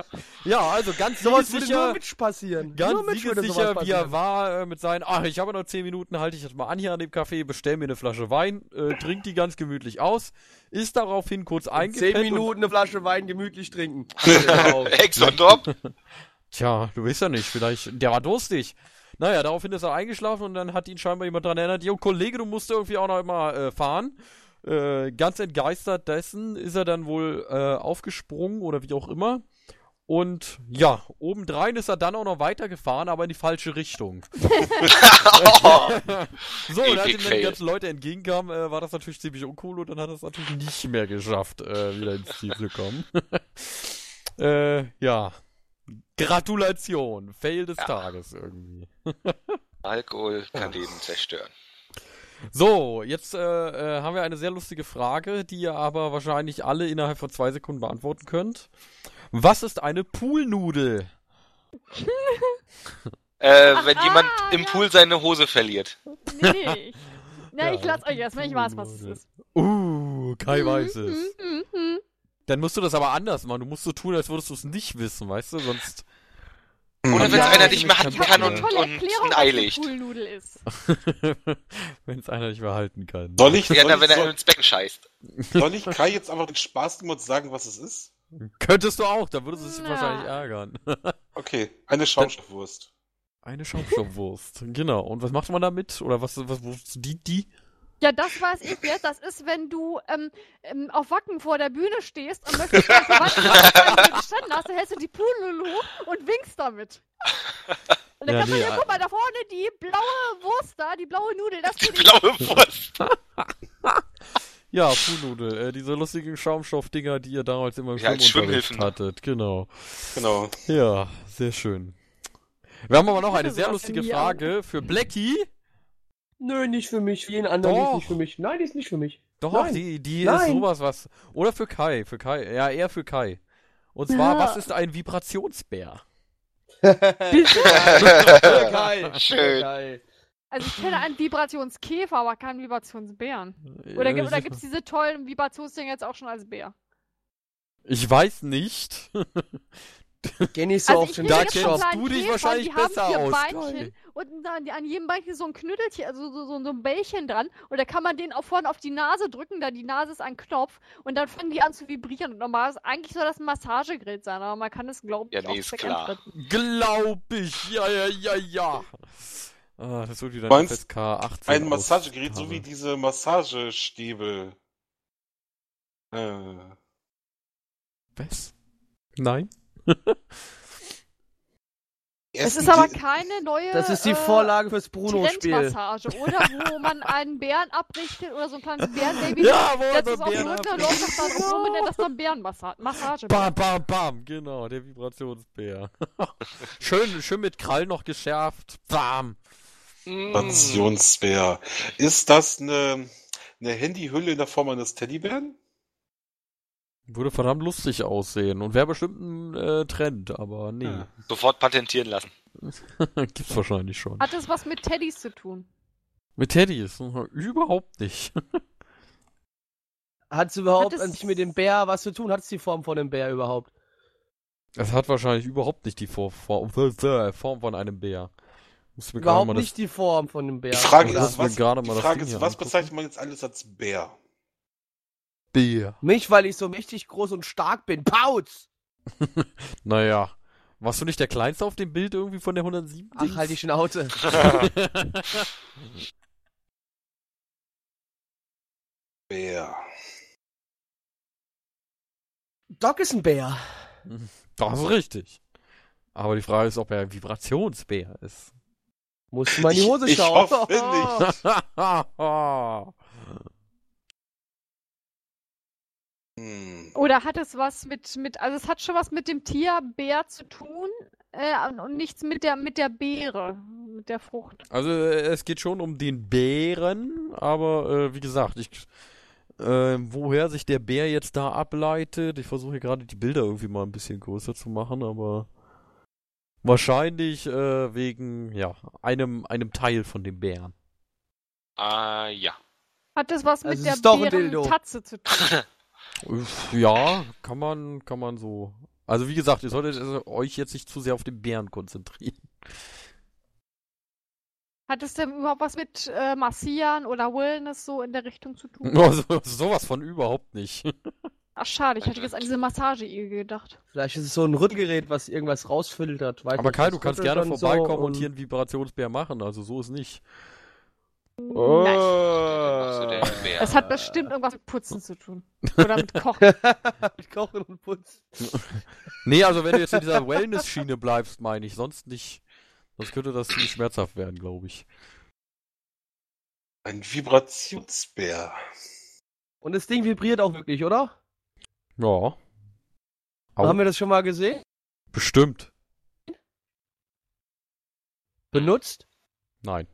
[LAUGHS] ja, also ganz Sowas würde nur sicher, mit passieren. ganz nur mit sicher, wie er war äh, mit seinen, ach, ich habe noch 10 Minuten, halte ich jetzt mal an hier an dem Café, bestell mir eine Flasche Wein, äh, trink die ganz gemütlich aus, ist daraufhin kurz eingepennt. Zehn und- Minuten eine Flasche Wein gemütlich [LAUGHS] trinken. Genau. Exondorp? Tja, du weißt ja nicht, vielleicht, der war durstig. Naja, daraufhin ist er eingeschlafen und dann hat ihn scheinbar jemand dran erinnert, jo Kollege, du musst irgendwie auch noch mal äh, fahren. Äh, ganz entgeistert dessen ist er dann wohl äh, aufgesprungen oder wie auch immer Und ja, obendrein ist er dann auch noch weitergefahren, aber in die falsche [LAUGHS] Richtung. [LAUGHS] So, und als Epic ihm dann die Fail. ganzen Leute entgegenkamen, äh, war das natürlich ziemlich uncool und dann hat er es natürlich nicht mehr geschafft, äh, wieder ins Ziel zu kommen. [LAUGHS] äh, ja. Gratulation. Fail des Ja. Tages irgendwie. [LAUGHS] Alkohol kann Leben zerstören. So, jetzt äh, äh, haben wir eine sehr lustige Frage, die ihr aber wahrscheinlich alle innerhalb von zwei Sekunden beantworten könnt. Was ist eine Poolnudel? Äh, wenn Aha, jemand im ja. Pool seine Hose verliert. [LAUGHS] Nicht. Na, Ja. ich lass euch erstmal, ich weiß, was es ist. Uh, Kai weiß es. Mhm, mhm. Dann musst du das aber anders machen. Du musst so tun, als würdest du es nicht wissen, weißt du? [LAUGHS] Sonst. Oder wenn Ja, einer dich das machen kann kann ich nicht. und, Tolle und Erklärung, ein was eine Ei legt. Poolnudel ist. wenn es einer nicht mehr halten kann. Soll ich, soll, Ja, na, wenn ich, er soll, ins Becken scheißt. [LAUGHS] soll ich Kai jetzt einfach den Spaß nehmen und sagen, was es ist? Könntest du auch, dann würdest du dich Na. wahrscheinlich ärgern. Okay, eine Schaumstoffwurst. [LAUGHS] Eine Schaumstoffwurst. genau. Und was macht man damit? Oder was, was, wo, die, die? Ja, das weiß ich jetzt. Das ist, wenn du ähm, ähm, auf Wacken vor der Bühne stehst und möchtest deinen Verwandten zeigen, wie du gestanden hast, dann hältst du die Poolnudel hoch und winkst damit. Und dann Ja, kannst du nee, dir, äh, guck mal, da vorne die blaue Wurst da, die blaue Nudel, das Die ist die [LAUGHS] blaue Wurst. Ja, Poolnudel. Äh, diese lustigen Schaumstoffdinger, die ihr damals immer im Ja, als Schwimmunterricht Schwimmhilfen. hattet. Genau. Genau. Ja, sehr schön. Wir haben aber noch eine hatte sehr sowas lustige nie für Frage für Blackie. Nö, nicht für mich. Für jeden anderen die ist Doch. nicht für mich. Nein, die ist nicht für [LAUGHS] mich. Doch, Nein. die, die ist Nein. sowas was. Oder für Kai, für Kai. Ja, eher für Kai. Und zwar, Ja. was ist ein Vibrationsbär? Voll geil. Voll Schön. geil. Also ich kenne einen Vibrationskäfer, aber keinen Vibrationsbären. Oder, Äh, gibt- oder ich- gibt es diese tollen Vibrationsdinger jetzt auch schon als Bär? Ich weiß nicht. [LAUGHS] Geh nicht so Also auf ich den finde, Da jetzt Dark schon kennst Shop. kleinen du dich Käfer, wahrscheinlich die haben besser vier aus. Beinchen und an, an jedem Beinchen ist so ein Knüttelchen, also so, so, so ein Bällchen dran. Und da kann man den auch vorne auf die Nase drücken, da die Nase ist ein Knopf. Und dann fangen die an zu vibrieren. Und normal ist, eigentlich soll das ein Massagegerät sein, aber man kann es, glaube ich, Ja, nee, auch ist Zweck klar. anspritzen. Glaub ich. Ja, ja, ja, ja. Ah, das wird wieder Meinst FSK 18. Ein Massagegerät, so Ausgabe. wie diese Massagestäbe. Äh, Was? Nein? Es ist ersten aber Di- keine neue. Das ist die äh, Vorlage fürs Bruno-Spiel. Trendmassage, oder wo man einen Bären abrichtet oder so ein kleines Bärenbaby. Ja, wo das der ist auf Bär dem Rücken, da- dann läuft das dann rum und nennt das dann Bärenmassage. Bam, bam, bam. Genau, der Vibrationsbär. [LAUGHS] schön, schön mit Krall noch geschärft. Bam. Vibrationsbär. Ist das eine, eine Handyhülle in der Form eines Teddybären? Würde verdammt lustig aussehen und wäre bestimmt ein äh, Trend, aber nee. Ja. Sofort patentieren lassen. [LAUGHS] Gibt's wahrscheinlich schon. Hat es was mit Teddys zu tun? Mit Teddys? mhm, Überhaupt nicht. [LAUGHS] Hat es überhaupt Hat es- an sich mit dem Bär was zu tun? Hat es die Form von dem Bär überhaupt? Es hat wahrscheinlich überhaupt nicht die Vor Vor Vor- Form von einem Bär. Muss mir gerade mal Überhaupt das nicht die Form von dem Bär. Die Frage Ja, ist, lass mir was, gerade die mal das Frage Ding ist, hier was angucken. bezeichnet man jetzt alles als Bär? Bär. Mich, weil ich so mächtig groß und stark bin. Pauz! Naja. Warst du nicht der Kleinste auf dem Bild irgendwie von der 107? Ach, halt die Schnauze. Bär. Doc ist ein Bär. [LAUGHS] Das ist richtig. Aber die Frage ist, ob er ein Vibrationsbär ist. Muss mal in die Hose ich, ich schauen. Oh. hoffe [LAUGHS] nicht. Also, Hm. Oder hat es was mit, mit, also es hat schon was mit dem Tier Bär zu tun äh, und- und nichts mit der, mit der Beere, mit der Frucht. also äh, es geht schon um den Bären, aber äh, wie gesagt, ich, äh, woher sich der Bär jetzt da ableitet, ich versuche hier gerade die Bilder irgendwie mal ein bisschen größer zu machen, aber wahrscheinlich äh, wegen ja einem einem Teil von dem Bären. Ah, ja. Hat es was Also mit es der ist doch ein Dildo. Bären-Tatze zu tun? Uff, Ja, kann man kann man so. Also wie gesagt, ihr solltet äh, euch jetzt nicht zu sehr auf den Bären konzentrieren. [LAUGHS] Hat es denn überhaupt was mit äh, Massieren oder Wellness so in der Richtung zu tun? Also, sowas von überhaupt nicht. Ach schade, ich hätte jetzt an diese Massage-Igel gedacht. [LAUGHS] Vielleicht ist es so ein Rüttelgerät, was irgendwas rausfiltert. Weiß Aber nicht, Kai, Also das du kannst rüttelt gerne dann vorbeikommen so und hier einen Vibrationsbär machen, also so ist nicht. Nein. So der Bär. Das [LAUGHS] hat bestimmt irgendwas mit Putzen zu tun. Oder mit Kochen. Mit Kochen und Putzen. Nee, also wenn du jetzt in dieser [LAUGHS] Wellness-Schiene bleibst, meine ich, sonst nicht. Sonst könnte das ziemlich schmerzhaft werden, glaube ich. Ein Vibrationsbär. Und das Ding vibriert auch wirklich, oder? Ja, Au. Haben wir das schon mal gesehen? bestimmt. Benutzt? Nein.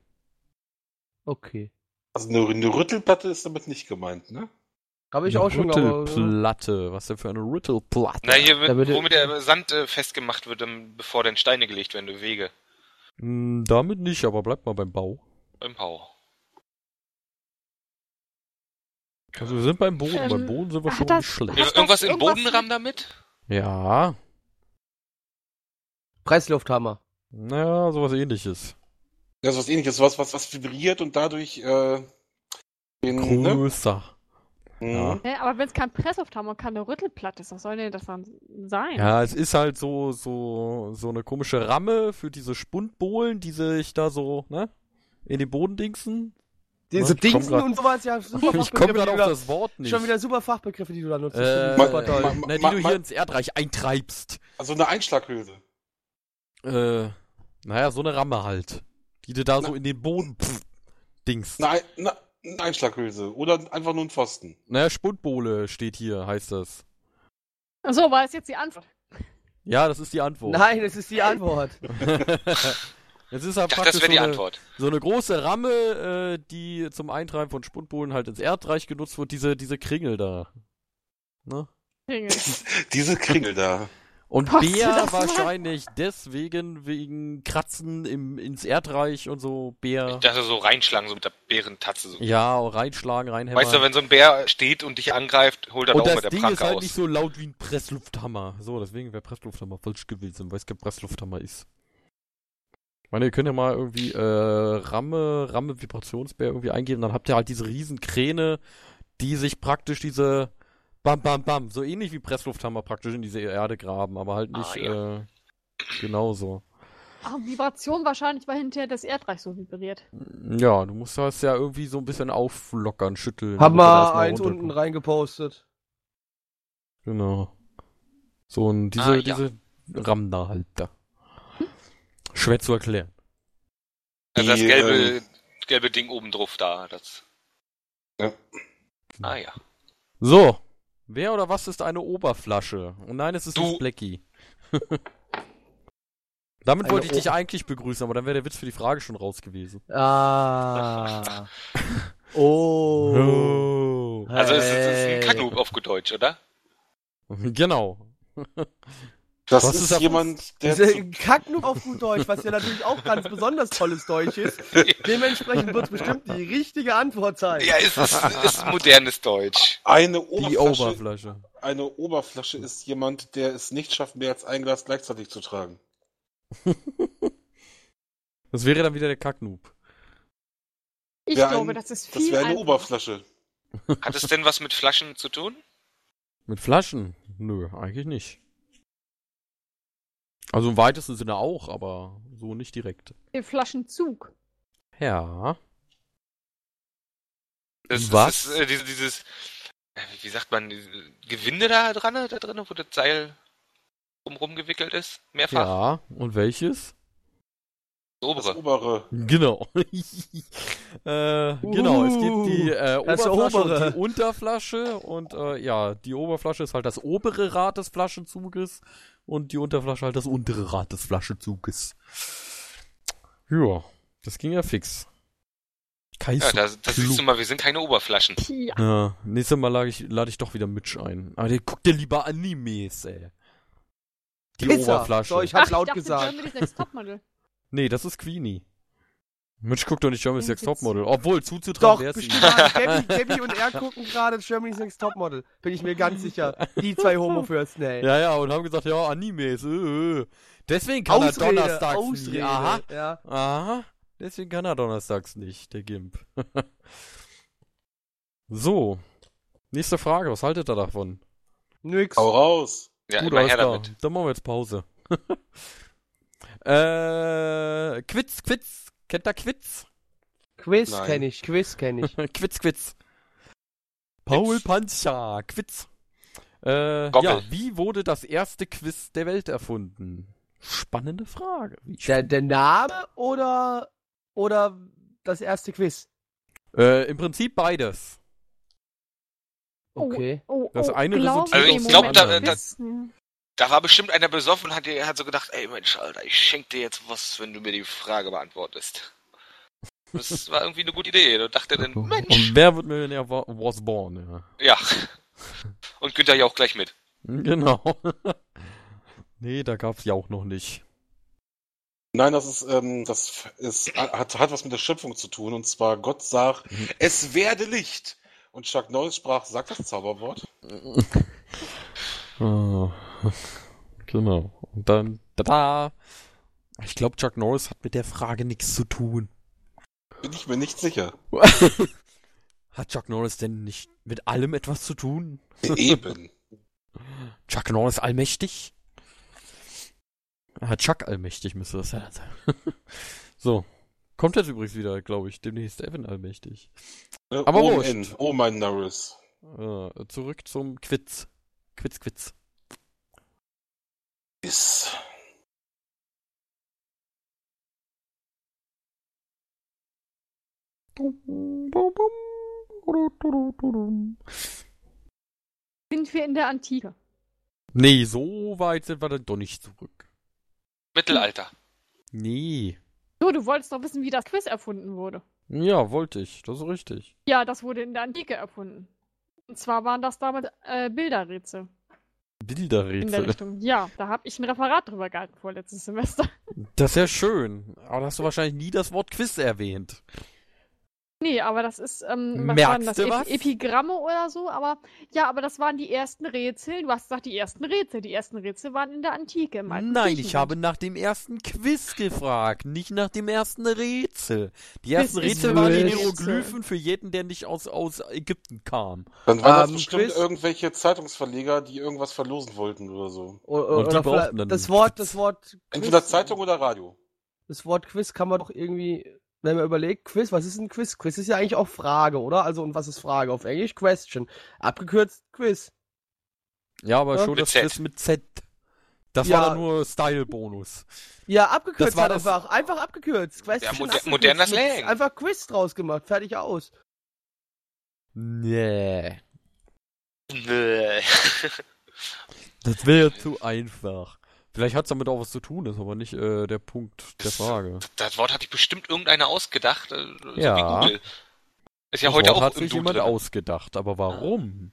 Okay. Also eine, eine Rüttelplatte ist damit nicht gemeint, ne? Habe ich Eine auch schon aber- Rüttelplatte. Was denn für eine Rüttelplatte? Na, hier, wird, Damit- womit der Sand äh, festgemacht wird, ähm, bevor dann Steine gelegt werden, die Wege. Hm, damit nicht, aber bleib mal beim Bau. Beim Hau. Also wir sind beim Boden. Ähm, beim Boden sind wir hat schon das- nicht schlecht. Hast Ir das irgendwas in den irgendwas Boden rammen damit? Ja. Presslufthammer. Naja, sowas ähnliches. Ja, sowas ähnliches, was, was, was vibriert und dadurch äh, den, ne? Größer. Mhm. Ja. Ne, aber wenn es kein Presslufthammer und keine Rüttelplatte ist, was soll denn das dann sein? Ja, es ist halt so, so, so eine komische Ramme für diese Spundbohlen, die sich da so, ne? In den Boden dingsen. Diese Ich komm Dingsen grad- und sowas, ja, super Ich komme Fachbegriffe, gerade die auf du da- das Wort nicht. Schon wieder super Fachbegriffe, die du da nutzt. Das äh, finde ich super toll. Ma- ma- ne, die ma- du ma- hier ins Erdreich eintreibst. Also eine Einschlaghülse. Äh, naja, so eine Ramme halt. Die du da so Na- in den Boden pff, dingst. Eine, Ei- eine, eine Einschlaghülse. Oder einfach nur ein Pfosten. Naja, Spundbohle steht hier, heißt das. So, war es jetzt die Antwort? Ja, das ist die Antwort. Nein, es ist die Antwort. [LAUGHS] Es ist halt Ich dachte, praktisch das wäre die so, eine, Antwort. so eine große Ramme, äh, die zum Eintreiben von Spundbohlen halt ins Erdreich genutzt wird, diese, diese Kringel da. Ne? Dinge. Diese Kringel da. Und Was? Bär Das war- wahrscheinlich deswegen wegen Kratzen im, ins Erdreich und so Bär. Ich dachte, so reinschlagen, so mit der Bärentatze. So. Ja, reinschlagen, reinhämmern. weißt du, wenn so ein Bär steht und dich angreift, holt er und auch das mit der Ding ist Pranke halt aus. nicht so laut wie ein Presslufthammer. So, deswegen wäre Presslufthammer falsch gewesen, weil es kein Presslufthammer ist. Ich meine, ihr könnt ja mal irgendwie äh, Ramme, Ramme Vibrationsbär irgendwie eingeben, dann habt ihr halt diese riesen Kräne, die sich praktisch diese Bam Bam Bam, so ähnlich wie Presslufthammer praktisch in diese Erde graben, aber halt Ah, nicht ja. äh, genauso. Ah, Vibration wahrscheinlich, weil hinterher das Erdreich so vibriert. Ja, du musst das ja irgendwie so ein bisschen auflockern, schütteln. Haben damit das wir erstmal eins runterkommt. unten reingepostet. Genau. So ein, diese, Ah, ja. diese Ramda halt da. Schwer zu erklären. Also das Die, ähm, gelbe, gelbe Ding oben drauf da. Das. Ja. Ah ja. So. Wer oder was ist eine Oberflasche? Und nein, es ist Du. nicht Blackie. [LAUGHS] Damit Eine wollte ich dich Ober- eigentlich begrüßen, aber dann wäre der Witz für die Frage schon raus gewesen. Ah. Oh. Oh. Also es ist, es Hey. ist ein Kanu auf gut Deutsch, oder? Genau. Das Was ist ist da- jemand, der. Diese Zu, Kacknuck auf gut Deutsch, was ja natürlich auch ganz besonders tolles Deutsch ist. Dementsprechend wird es bestimmt die richtige Antwort sein. Ja, es ist, es ist modernes Deutsch. eine Die Oberflasche, Oberflasche. Eine Oberflasche ist jemand, der es nicht schafft, mehr als ein Glas gleichzeitig zu tragen. Das wäre dann wieder der Kacknoob. Ich Wär glaube, ein- das ist Das viel wäre eine einfacher. Oberflasche. Hat es denn was mit Flaschen zu tun? Mit Flaschen? Nö, eigentlich nicht. Also im weitesten Sinne auch, aber so nicht direkt. Den Flaschenzug. Ja. Das, Was? Das ist, äh, dieses, dieses, äh, wie sagt man, dieses Gewinde da dran, da drin, wo das Seil drumrum gewickelt ist, mehrfach. Ja, und welches? Das Das obere. obere. Genau. [LAUGHS] äh, genau, es gibt die äh, Uh, das Oberflasche obere. und die Unterflasche und äh, ja, die Oberflasche ist halt das obere Rad des Flaschenzuges und die Unterflasche halt das untere Rad des Flaschenzuges. Ja, das ging ja fix. Kaiser. Ja, da, das siehst du mal, wir sind keine Oberflaschen. Ja. Ja, nächstes Mal lade ich, lade ich doch wieder Mitch ein. Aber der guckt ja lieber Animes, ey. Die Pizza. Oberflasche. So, ich Ach, hab's ich laut dachte, gesagt. Germany's Next Topmodel. Nee, das ist Queenie. Mitch guckt doch nicht Germany's Den Next Witz. Topmodel. Obwohl, zuzutrauen Doch, wäre es bestimmt. ihm. waren Gabby, Gabby und er gucken gerade Germany's Next Topmodel. Bin ich mir ganz sicher. Die zwei Homofürsten, ey. Ja, ja, und haben gesagt, ja, Animes. Äh, äh. Deswegen kann er donnerstags Ausrede. nicht. Aha, Ja. aha. Deswegen kann er donnerstags nicht, der Gimp. [LAUGHS] so. Nächste Frage, was haltet ihr davon? Nix. Hau raus. Ja, Gut, immer alles her klar. damit. Dann machen wir jetzt Pause. [LAUGHS] äh, Quiz, Quiz. Kennt ihr Quiz? Quiz Nein. kenne ich, Quiz kenne ich. Quiz, Quiz. Paul Panzer, Quiz. Äh, Gockel. ja, wie wurde das erste Quiz der Welt erfunden? Spannende Frage. Wie [LAUGHS] Der, der Name oder, oder das erste Quiz? Äh, Im Prinzip beides. [LAUGHS] Okay. Oh, Das oh, eine glaub resultiert Also ich im glaub, Moment äh, da- ein da- bisschen. Da war bestimmt einer besoffen und hat, dir- hat so gedacht, ey Mensch, Alter, ich schenk dir jetzt was, wenn du mir die Frage beantwortest. [LAUGHS] Das war irgendwie eine gute Idee. Da dachte dann, Mensch. Und wer wird Millionär wa- was born? Ja. [LAUGHS] Ja. Und Günther ja auch gleich mit. Genau. [LAUGHS] nee, da gab's ja auch noch nicht. Nein, das ist, ähm, das ist, hat, hat was mit der Schöpfung zu tun. Und zwar, Gott sagt, Mhm. es werde Licht. Und Chuck Norris sprach, sag das Zauberwort. Ah, [LAUGHS] genau. Und dann, tada! Ich glaube, Chuck Norris hat mit der Frage nichts zu tun. Bin ich mir nicht sicher. Hat Chuck Norris denn nicht mit allem etwas zu tun? [LAUGHS] Eben. Chuck Norris allmächtig? Ah, Chuck allmächtig müsste das ja sein. [LAUGHS] so. Kommt jetzt übrigens wieder, glaube ich, demnächst Evan allmächtig. Äh, Aber oh, wurscht. mein- oh mein Norris. Äh, zurück zum Quiz. Quiz, Quiz. Ist. Sind wir in der Antike? Nee, so weit sind wir dann doch nicht zurück. Mittelalter. Nee. So, du wolltest doch wissen, wie das Quiz erfunden wurde. Ja, wollte ich. Das ist richtig. Ja, das wurde in der Antike erfunden. Und zwar waren das damals äh, Bilderrätsel in der Bilderrätsel. Richtung. Ja, da habe ich ein Referat drüber gehalten vorletztes Semester. Das ist ja schön. Aber da hast du wahrscheinlich nie das Wort Quiz erwähnt. Nee, aber das ist, ähm, was Merkst waren das? du Epi- was? Epigramme oder so, aber ja, aber das waren die ersten Rätsel. Du hast gesagt, die ersten Rätsel. Die ersten Rätsel waren in der Antike. Im alten Nein, ich Griechenland. habe nach dem ersten Quiz gefragt, nicht nach dem ersten Rätsel. Die ersten ist Rätsel waren die Rätsel. Hieroglyphen für jeden, der nicht aus, aus Ägypten kam. Dann waren das Ähm, bestimmt Chris? irgendwelche Zeitungsverleger, die irgendwas verlosen wollten oder so. O- Und die brauchten Oder, vielleicht- dann das einen Wort, Quiz. das Wort. Entweder Quiz- Zeitung oder Radio. Das Wort Quiz kann man doch irgendwie, wenn man überlegt, Quiz, was ist ein Quiz? Quiz ist ja eigentlich auch Frage, oder? Also, und was ist Frage? Auf Englisch Question. Abgekürzt Quiz. Ja, aber Ja. schon Mit das Z. Quiz mit Z. Das Ja. war dann nur Style-Bonus. Ja, abgekürzt Das war halt das- einfach. Einfach abgekürzt. Question. moder- abgekürzt. moderner Mit- Slang. Einfach Quiz draus gemacht. Fertig aus. Nee. Nö. Das wäre zu einfach. Vielleicht hat es damit auch was zu tun, ist aber nicht äh, der Punkt der Frage. Das Wort hat sich bestimmt irgendeiner ausgedacht. äh, So Ja. Wie Google. Ist ja Das heute Wort auch hat im sich Du jemand drin. ausgedacht, aber [LAUGHS] warum?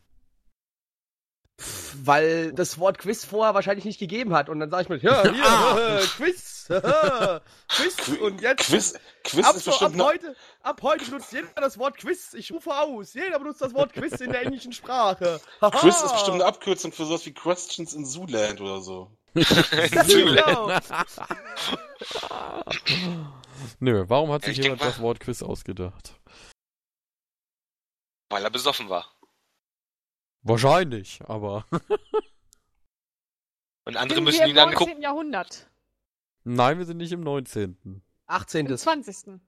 Pff, Weil das Wort Quiz vorher wahrscheinlich nicht gegeben hat. Und dann sage ich mir, ja, hier, [LAUGHS] Ah. äh, [LAUGHS] Quiz. äh, Quiz. Qui- Und jetzt. Quiz, Quiz Ab, ist so, ab, bestimmt. ne- heute, ab heute benutzt jeder das Wort Quiz. Ich rufe aus. Jeder benutzt das Wort Quiz in der englischen Sprache. Haha. [LAUGHS] Quiz ist bestimmt eine Abkürzung für sowas wie Questions in Zooland oder so. [LAUGHS] Genau. Nö, warum hat Ja, sich ich jemand denk mal- das Wort Quiz ausgedacht? Weil er besoffen war. Wahrscheinlich, aber. Und andere Sind müssen wir ihn im angucken. 19. Jahrhundert. Nein, wir sind nicht im 19. 18. Im 20.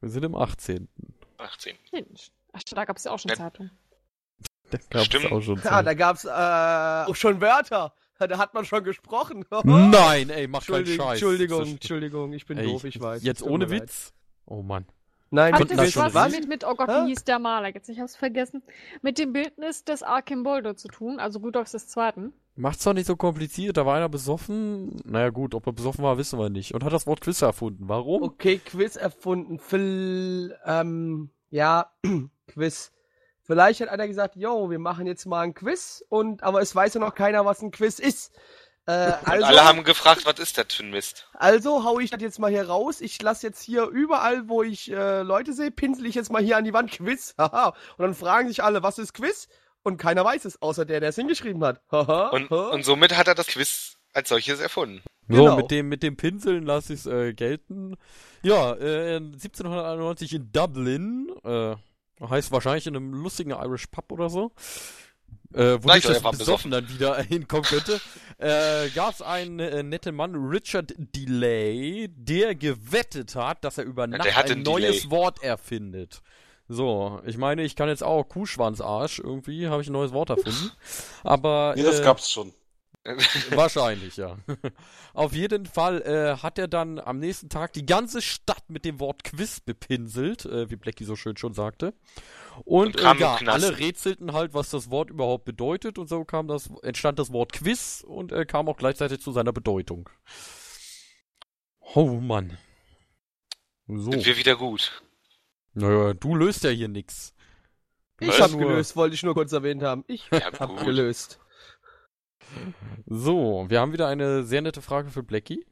Wir sind im 18. 18. Mensch. Ach, da gab es ja auch schon Ja. Zeitungen. [LAUGHS] Da gab's Stimmt. auch schon Ja, Zeit. da gab's äh, auch schon Wörter. Da hat man schon gesprochen. [LAUGHS] Nein, ey, mach keinen [LAUGHS] Entschuldigung, Hm. Scheiß. Entschuldigung, Das ist- Entschuldigung, ich bin ey, doof, ich weiß. Jetzt Tut mir ohne leid. Witz. Oh Mann. Nein, Hat Konnten wir das schon was was? mit, mit, oh Gott, Hä? wie hieß der Maler jetzt? Ich hab's vergessen. Mit dem Bildnis des Archimboldo zu tun, also Rudolfs II. Macht's doch nicht so kompliziert. Da war einer besoffen. Naja, gut, ob er besoffen war, wissen wir nicht. Und hat das Wort Quiz erfunden. Oh. Warum? Okay, Quiz erfunden. Phil, ähm, ja, [CLEARS THROAT] Quiz. Vielleicht hat einer gesagt, yo, wir machen jetzt mal ein Quiz und aber es weiß ja noch keiner, was ein Quiz ist. Äh, [LAUGHS] also, Alle haben gefragt, was ist das für ein Mist? also hau ich das jetzt mal hier raus. Ich lasse jetzt hier überall, wo ich äh, Leute sehe, pinsel ich jetzt mal hier an die Wand Quiz. [LAUGHS] Haha. Und dann fragen sich alle, was ist Quiz? Und keiner weiß es, außer der, der es hingeschrieben hat. Haha. Und, Ha. und somit hat er das Quiz als [LAUGHS] solches erfunden. So, Genau. mit dem, mit dem Pinseln lasse ich es äh, gelten. Ja, äh, 1791 in Dublin, äh, heißt wahrscheinlich in einem lustigen Irish Pub oder so, äh, wo Nein, ich oder das er war besoffen dann wieder [LAUGHS] hinkommen könnte, äh, gab es einen äh, netten Mann, Richard Delay, der gewettet hat, dass er über Nacht der hat ein den neues Delay. Wort erfindet. So, ich meine, ich kann jetzt auch Kuhschwanzarsch irgendwie, habe ich ein neues Wort erfunden. Aber Nee, das äh, gab's schon. Wahrscheinlich, ja. [LAUGHS] Auf jeden Fall äh, hat er dann am nächsten Tag die ganze Stadt mit dem Wort Quiz bepinselt, äh, wie Blackie so schön schon sagte. Und, Und kam äh, ja, im Knast. alle rätselten halt, was das Wort überhaupt bedeutet und so kam das, entstand das Wort Quiz und äh, kam auch gleichzeitig zu seiner Bedeutung. Oh Mann. So. Sind wir wieder gut. Naja, du löst ja hier nix. Ich Was? hab Nur- gelöst, wollte ich nur kurz erwähnt haben. [LAUGHS] Ich [LAUGHS] Ja, hab gut. gelöst. So, wir haben wieder eine sehr nette Frage für Blackie.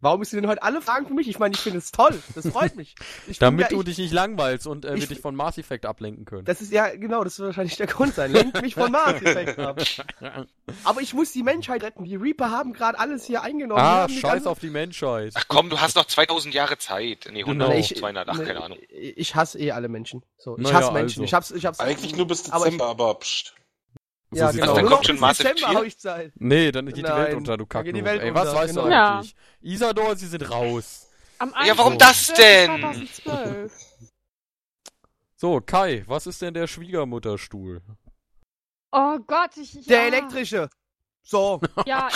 Warum ist denn heute alle Fragen für mich? Ich meine, ich finde es toll. Das freut mich. Ich Damit bin ja, du ich, dich nicht langweilst und äh, wir ich- dich von Mass Effect ablenken können. Das ist ja, genau, das wird wahrscheinlich der Grund sein. Lenkt mich von Mars Effect ab. Aber ich muss die Menschheit retten. Die Reaper haben gerade alles hier eingenommen. Die Ah, haben die scheiß ganze- auf die Menschheit. Ach komm, du hast noch 2000 Jahre Zeit. Nee, 100, Genau. Ich- 200, ach, ne, keine Ahnung. Ich hasse eh alle Menschen. So, ich Naja, hasse Menschen. also. Ich hab's, ich hab's. Eigentlich nur bis Aber ich- Dezember, aber, pst. So ja, sieht's genau. aus. Dann Nur kommt noch schon bis Mars Effect Dezember vier? habe ich Zeit. Nee, dann geht die Nein, Welt unter, du dann geht die Kacknut. Welt Ey, was unter, weißt du genau. Ja. eigentlich? Isador, sie sind raus. Am Ja, warum 21.12.2012. das denn? 2012. So, Kai, was ist denn der Schwiegermutterstuhl? Oh Gott, ich. ich Der ah, elektrische. So. [LAUGHS] Ja,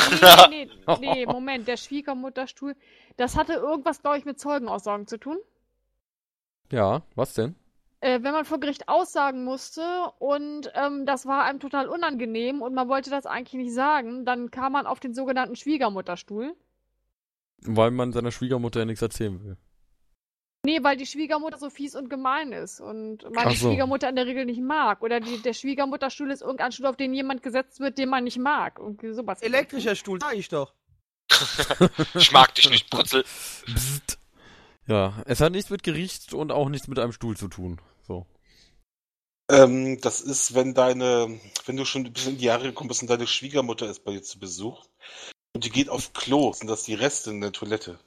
nee, nee, nee, nee, Moment, der Schwiegermutterstuhl. Das hatte irgendwas, glaube ich, mit Zeugenaussagen zu tun. Ja, was denn? äh, wenn man vor Gericht aussagen musste und ähm, das war einem total unangenehm und man wollte das eigentlich nicht sagen, dann kam man auf den sogenannten Schwiegermutterstuhl. Weil man seiner Schwiegermutter ja nichts erzählen will. Nee, weil die Schwiegermutter so fies und gemein ist und man Ach die so. Schwiegermutter in der Regel nicht mag. Oder die, der Schwiegermutterstuhl ist irgendein Stuhl, auf den jemand gesetzt wird, den man nicht mag. Irgendwie sowas. Elektrischer Stuhl, sag ich doch. Ich mag dich nicht, Brutzel. Psst. Ja, es hat nichts mit Gericht und auch nichts mit einem Stuhl zu tun. So. Ähm, das ist, wenn deine, wenn du schon ein bisschen in die Jahre gekommen bist und deine Schwiegermutter ist bei dir zu Besuch und die geht auf Klo, sind das die Reste in der Toilette.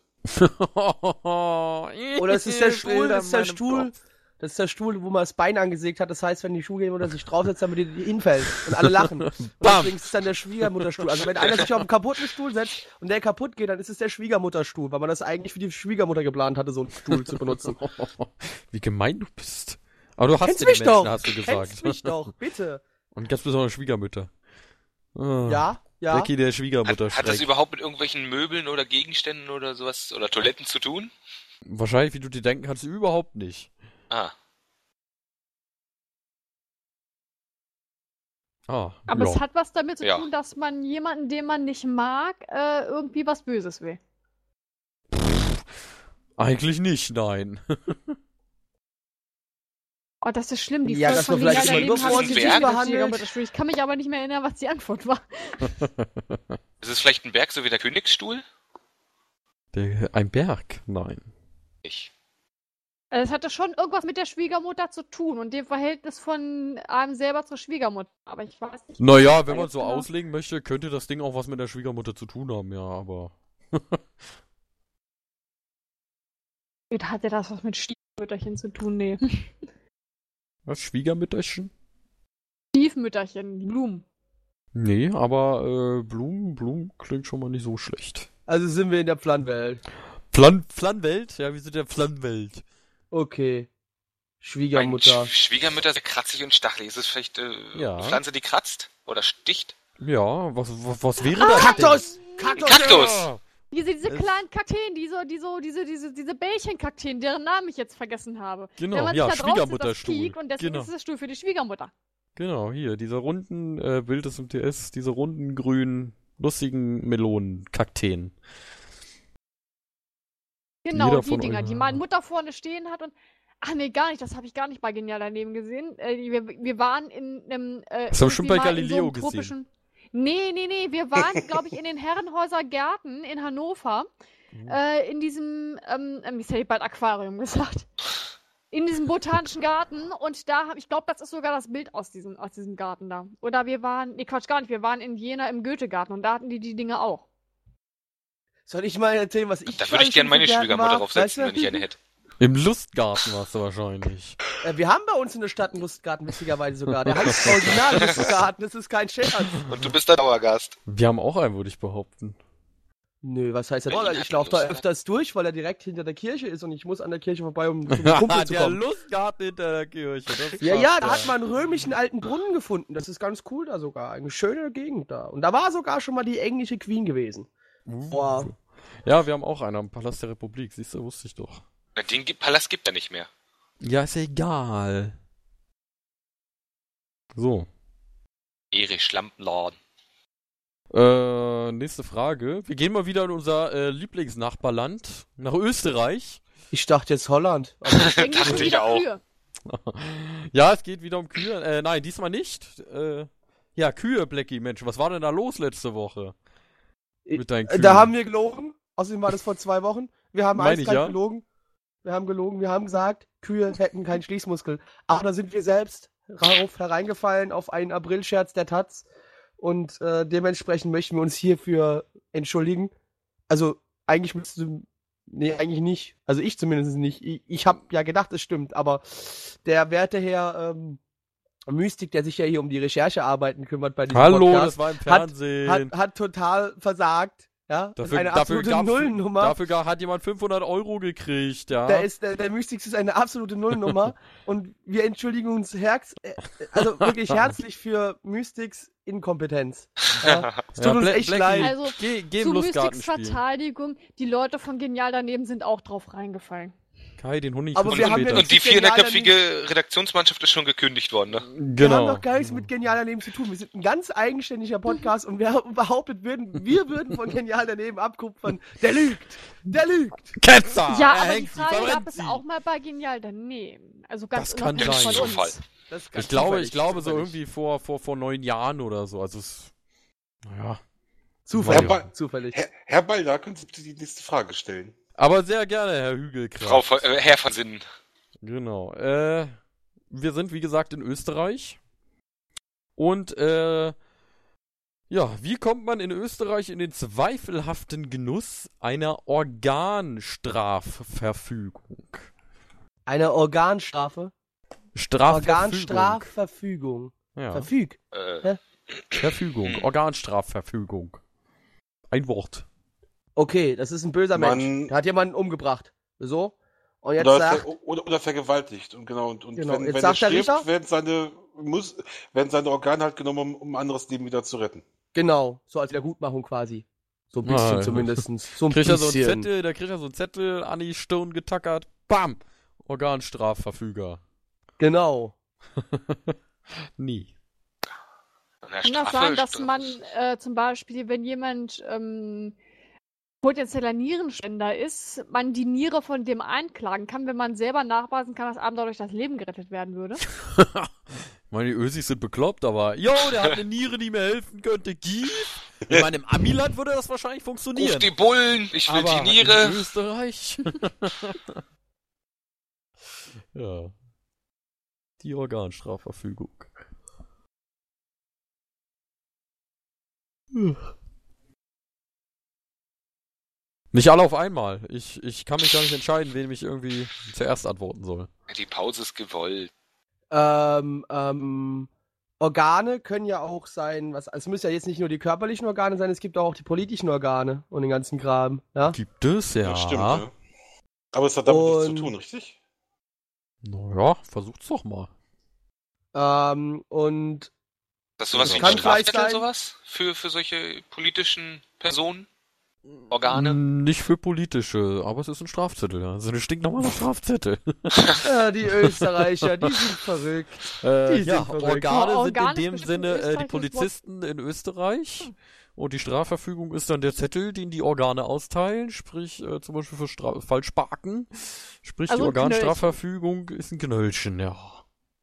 Oder das ist der Stuhl, das ist der Stuhl. Das ist der Stuhl, wo man das Bein angesägt hat. Das heißt, wenn die Schwiegermutter sich draufsetzt, damit die die hinfällt. Und alle [LAUGHS] lachen. Und Bam. deswegen ist es dann der Schwiegermutterstuhl. Also wenn einer sich auf einen kaputten Stuhl setzt und der kaputt geht, dann ist es der Schwiegermutterstuhl, weil man das eigentlich für die Schwiegermutter geplant hatte, so einen Stuhl zu [LAUGHS] benutzen. [LAUGHS] Wie gemein du bist. Aber du hast Kennst ja die mich Menschen, doch! hast du gesagt. Kennst mich doch, bitte. Und ganz besonders Schwiegermütter. Ah. Ja, ja. Becky, der Hat, Schwiegermutter hat das schreckt. überhaupt mit irgendwelchen Möbeln oder Gegenständen oder sowas oder Toiletten zu tun? Wahrscheinlich, wie du dir denken kannst, überhaupt nicht. Ah, Ah, Aber ja. es hat was damit zu Ja. tun, dass man jemanden, den man nicht mag, äh, irgendwie was Böses will. Eigentlich nicht, [LAUGHS] nein. Oh, das ist schlimm. Die Ja, Folge dass von man vielleicht Liga der immer Leben bevor sie haben sie sich mit dem behandelt. Schwiegermutterstuhl. Ich kann mich aber nicht mehr erinnern, was die Antwort war. ist es vielleicht ein Berg, so wie der Königsstuhl? Der, ein Berg? Nein. Ich. Also Es hatte schon irgendwas mit der Schwiegermutter zu tun und dem Verhältnis von einem selber zur Schwiegermutter. Aber ich weiß nicht. Naja, wenn man so Genau. auslegen möchte, könnte das Ding auch was mit der Schwiegermutter zu tun haben, ja, aber. [LAUGHS] Hatte das was mit Stiefmütterchen zu [LAUGHS] tun? Nee. Was, Schwiegermütterchen? Stiefmütterchen, die Blumen. Nee, aber äh, Blumen, Blumen klingt schon mal nicht so schlecht. Also sind wir in der Planwelt. Plan Planwelt? Ja, wir sind ja Planwelt. Okay. Mein Schwiegermutter. Sch Schwiegermütter ist ja kratzig und stachelig. Ist es vielleicht äh, Ja. eine Pflanze, die kratzt oder sticht? Ja, was, was, was wäre Ah, das? Kaktus! Ein Kaktus! Kaktus! Diese, diese Es- kleinen Kakteen, die so, die so, diese, diese, diese Bällchenkakteen, deren Namen ich jetzt vergessen habe. Genau, Wenn man ja, sich da drauf sitzt, das Schwiegermutterstuhl. piekt und deswegen Genau. ist es der Stuhl für die Schwiegermutter. Genau, hier, diese runden, äh, Bild des MTS, diese runden, grünen, lustigen Melonen-Kakteen. Genau, Jeder die von Dinger, euch- die meine Mutter vorne stehen hat und. Ach nee, gar nicht, das habe ich gar nicht bei Genial daneben gesehen. Äh, wir, wir waren in einem. Äh, Das haben wir schon bei irgendwie mal in Galileo einem gesehen. tropischen- Nee, nee, nee, wir waren, glaube ich, in den Herrenhäuser Gärten in Hannover. Mhm. Äh, in diesem. Ähm, ähm, ich hätte bald Aquarium gesagt. In diesem botanischen Garten und da habe ich glaube, das ist sogar das Bild aus diesem, aus diesem Garten da. Oder wir waren, nee, Quatsch, gar nicht, wir waren in Jena im Goethe-Garten und da hatten die die Dinge auch. Soll ich mal erzählen, was ich Da würde ich gerne meine Schwiegermutter draufsetzen, [LAUGHS] wenn ich eine eine hätte. Im Lustgarten warst du wahrscheinlich. Äh, wir haben bei uns in der Stadt einen Lustgarten, witzigerweise sogar. Der heißt Original Lustgarten, das ist kein Scherz. Und du bist der Dauergast. [LAUGHS] Wir haben auch einen, würde ich behaupten. Nö, was heißt das? Berlin ich hat laufe da Lust, ne? öfters durch, weil er direkt hinter der Kirche ist und ich muss an der Kirche vorbei, [LAUGHS] um zum Kumpel zu der kommen. Lust gehabt hinter der Kirche. Das Ja, ja, da hat passt man einen römischen alten Brunnen gefunden. Das ist ganz cool da sogar. Eine schöne Gegend da. Und da war sogar schon mal die englische Queen gewesen. Boah. Ja, wir haben auch einen am Palast der Republik. Siehst du, wusste ich doch. Na, den gibt, Palast gibt er nicht mehr. Ja, ist ja egal. So. Erich Lampenladen. Äh, nächste Frage. Wir gehen mal wieder in unser äh, Lieblingsnachbarland, nach Österreich. Ich dachte jetzt Holland. Eigentlich Dachte sind ich wieder auch. Kühe. ja, es geht wieder um Kühe. Äh, nein, diesmal nicht. Äh, ja, Kühe, Blackie, Mensch, was war denn da los letzte Woche? Mit deinen Kühen. Äh, Da haben wir gelogen. Außerdem war das vor zwei Wochen. Wir haben Meine eiskalt ich, ja. gelogen. Wir haben gelogen. Wir haben gesagt, Kühe hätten keinen Schließmuskel. Aber da sind wir selbst darauf hereingefallen auf einen Aprilscherz der Taz. Und äh, dementsprechend möchten wir uns hierfür entschuldigen. Also eigentlich müssten Nee, eigentlich nicht. Also ich zumindest nicht. Ich, ich habe ja gedacht, es stimmt, aber der werte Herr ähm, Mystik, der sich ja hier um die Recherchearbeiten kümmert bei diesem Hallo, Podcast, das war im hat- Fernsehen. hat, hat total versagt. Ja, Das ist dafür, eine dafür, absolute gab's- Nullnummer. dafür ga- hat jemand 500 Euro gekriegt, ja. der, ist, der, der Mystix ist eine [LAUGHS] absolute Nullnummer. und wir entschuldigen uns herz, äh, [LAUGHS] also wirklich herzlich für Mystics Inkompetenz. Ja, es tut Ja, uns Bla- echt Blackie, leid. Also, Geh, geh Zu im Mystics Lustgarten spielen. Verteidigung, die Leute von Genial daneben sind auch drauf reingefallen. Kai, den Hund nicht Aber fünf wir haben Meter. ja- Und die ist genial, 400-köpfige Redaktionsmannschaft ist schon gekündigt worden, ne? Wir Genau. haben doch gar nichts mit Genial daneben zu tun. Wir sind ein ganz eigenständiger Podcast und wer [LAUGHS] behauptet würden, wir würden von Genial daneben abkupfern, der lügt. Der lügt. Ketzer! ja, Ah, er aber die hängt sie, Frage verbrennt gab es sie. auch mal bei Genial daneben. Also ganz Das kann unabhängig sein. von Zufall. uns. Das ist ganz Ich glaube, zufällig, ich glaube so zufällig. irgendwie vor, vor, vor neun Jahren oder so. Also es, naja. Zufällig. Ja, aber- Zufällig. Herr, Herr Balda, können Sie bitte die nächste Frage stellen? Aber sehr gerne, Herr Hügelkraft. Frau, von- äh, Herr von Sinnen. Genau. Äh, wir sind, wie gesagt, in Österreich. Und, äh, ja, wie kommt man in Österreich in den zweifelhaften Genuss einer Organstrafverfügung? Eine Organstrafe. Strafverfügung. Organstrafverfügung. Ja, Verfüg. Äh, Verfügung. Organstrafverfügung. Ein Wort. Okay, das ist ein böser Man- Mensch. Der hat jemanden umgebracht. So. Und jetzt Oder, sagt, ver oder, oder vergewaltigt und genau. Und, und Genau, wenn, jetzt wenn er sagt der Richter- stirbt, werden seine, muss, werden seine Organe halt genommen, um, um ein anderes Leben wieder zu retten. genau, so als Wiedergutmachung quasi. So ein Ah, bisschen ja. zumindestens. So ein Kriegt er so einen bisschen. Zettel, da kriegt er so einen Zettel an die Stirn getackert. Bam! Organstrafverfüger. Genau. Nie. na, Kann das Strafe- sein, dass Stra- man äh, zum Beispiel, wenn jemand ähm, potenzieller Nierenspender ist, man die Niere von dem einklagen kann, wenn man selber nachweisen kann, dass einem dadurch das Leben gerettet werden würde? Ich [LAUGHS] meine, die Ösis sind bekloppt, aber yo, der hat eine Niere, die mir helfen könnte. Gief! In meinem Amiland würde das wahrscheinlich Ruf funktionieren. die Bullen, ich will aber die Niere. In Österreich. [LAUGHS] ja. Die Organstrafverfügung. Nicht alle auf einmal. Ich, ich kann mich gar nicht entscheiden, wen ich irgendwie zuerst antworten soll. Die Pause ist gewollt. Ähm, ähm, Organe können ja auch sein, was, es müssen ja jetzt nicht nur die körperlichen Organe sein, es gibt auch die politischen Organe und den ganzen Kram. Ja? Gibt es ja. Das stimmt, ja. Aber es hat damit nichts zu Und- tun, richtig? Naja, versuch's doch mal. Ähm, und Das ist sowas Das wie kann ein vielleicht Strafzettel, sein. sowas? Für, für solche politischen Personen? ne? Organe? Nicht für politische, aber es ist ein Strafzettel. ja. Also, Es ist ein stinknormaler Strafzettel. äh, die Österreicher, [LAUGHS] die sind verrückt. Äh, Die sind ja, verrückt. Organe Oh, sind Organe in ist dem bestimmt Sinne Hm. ein äh, die österreichisches Polizisten in Österreich. Und die Strafverfügung ist dann der Zettel, den die Organe austeilen, sprich äh, zum Beispiel für Stra falsch parken. Sprich, Also die ein Knöllchen. Organstrafverfügung ist ein Knöllchen, ja.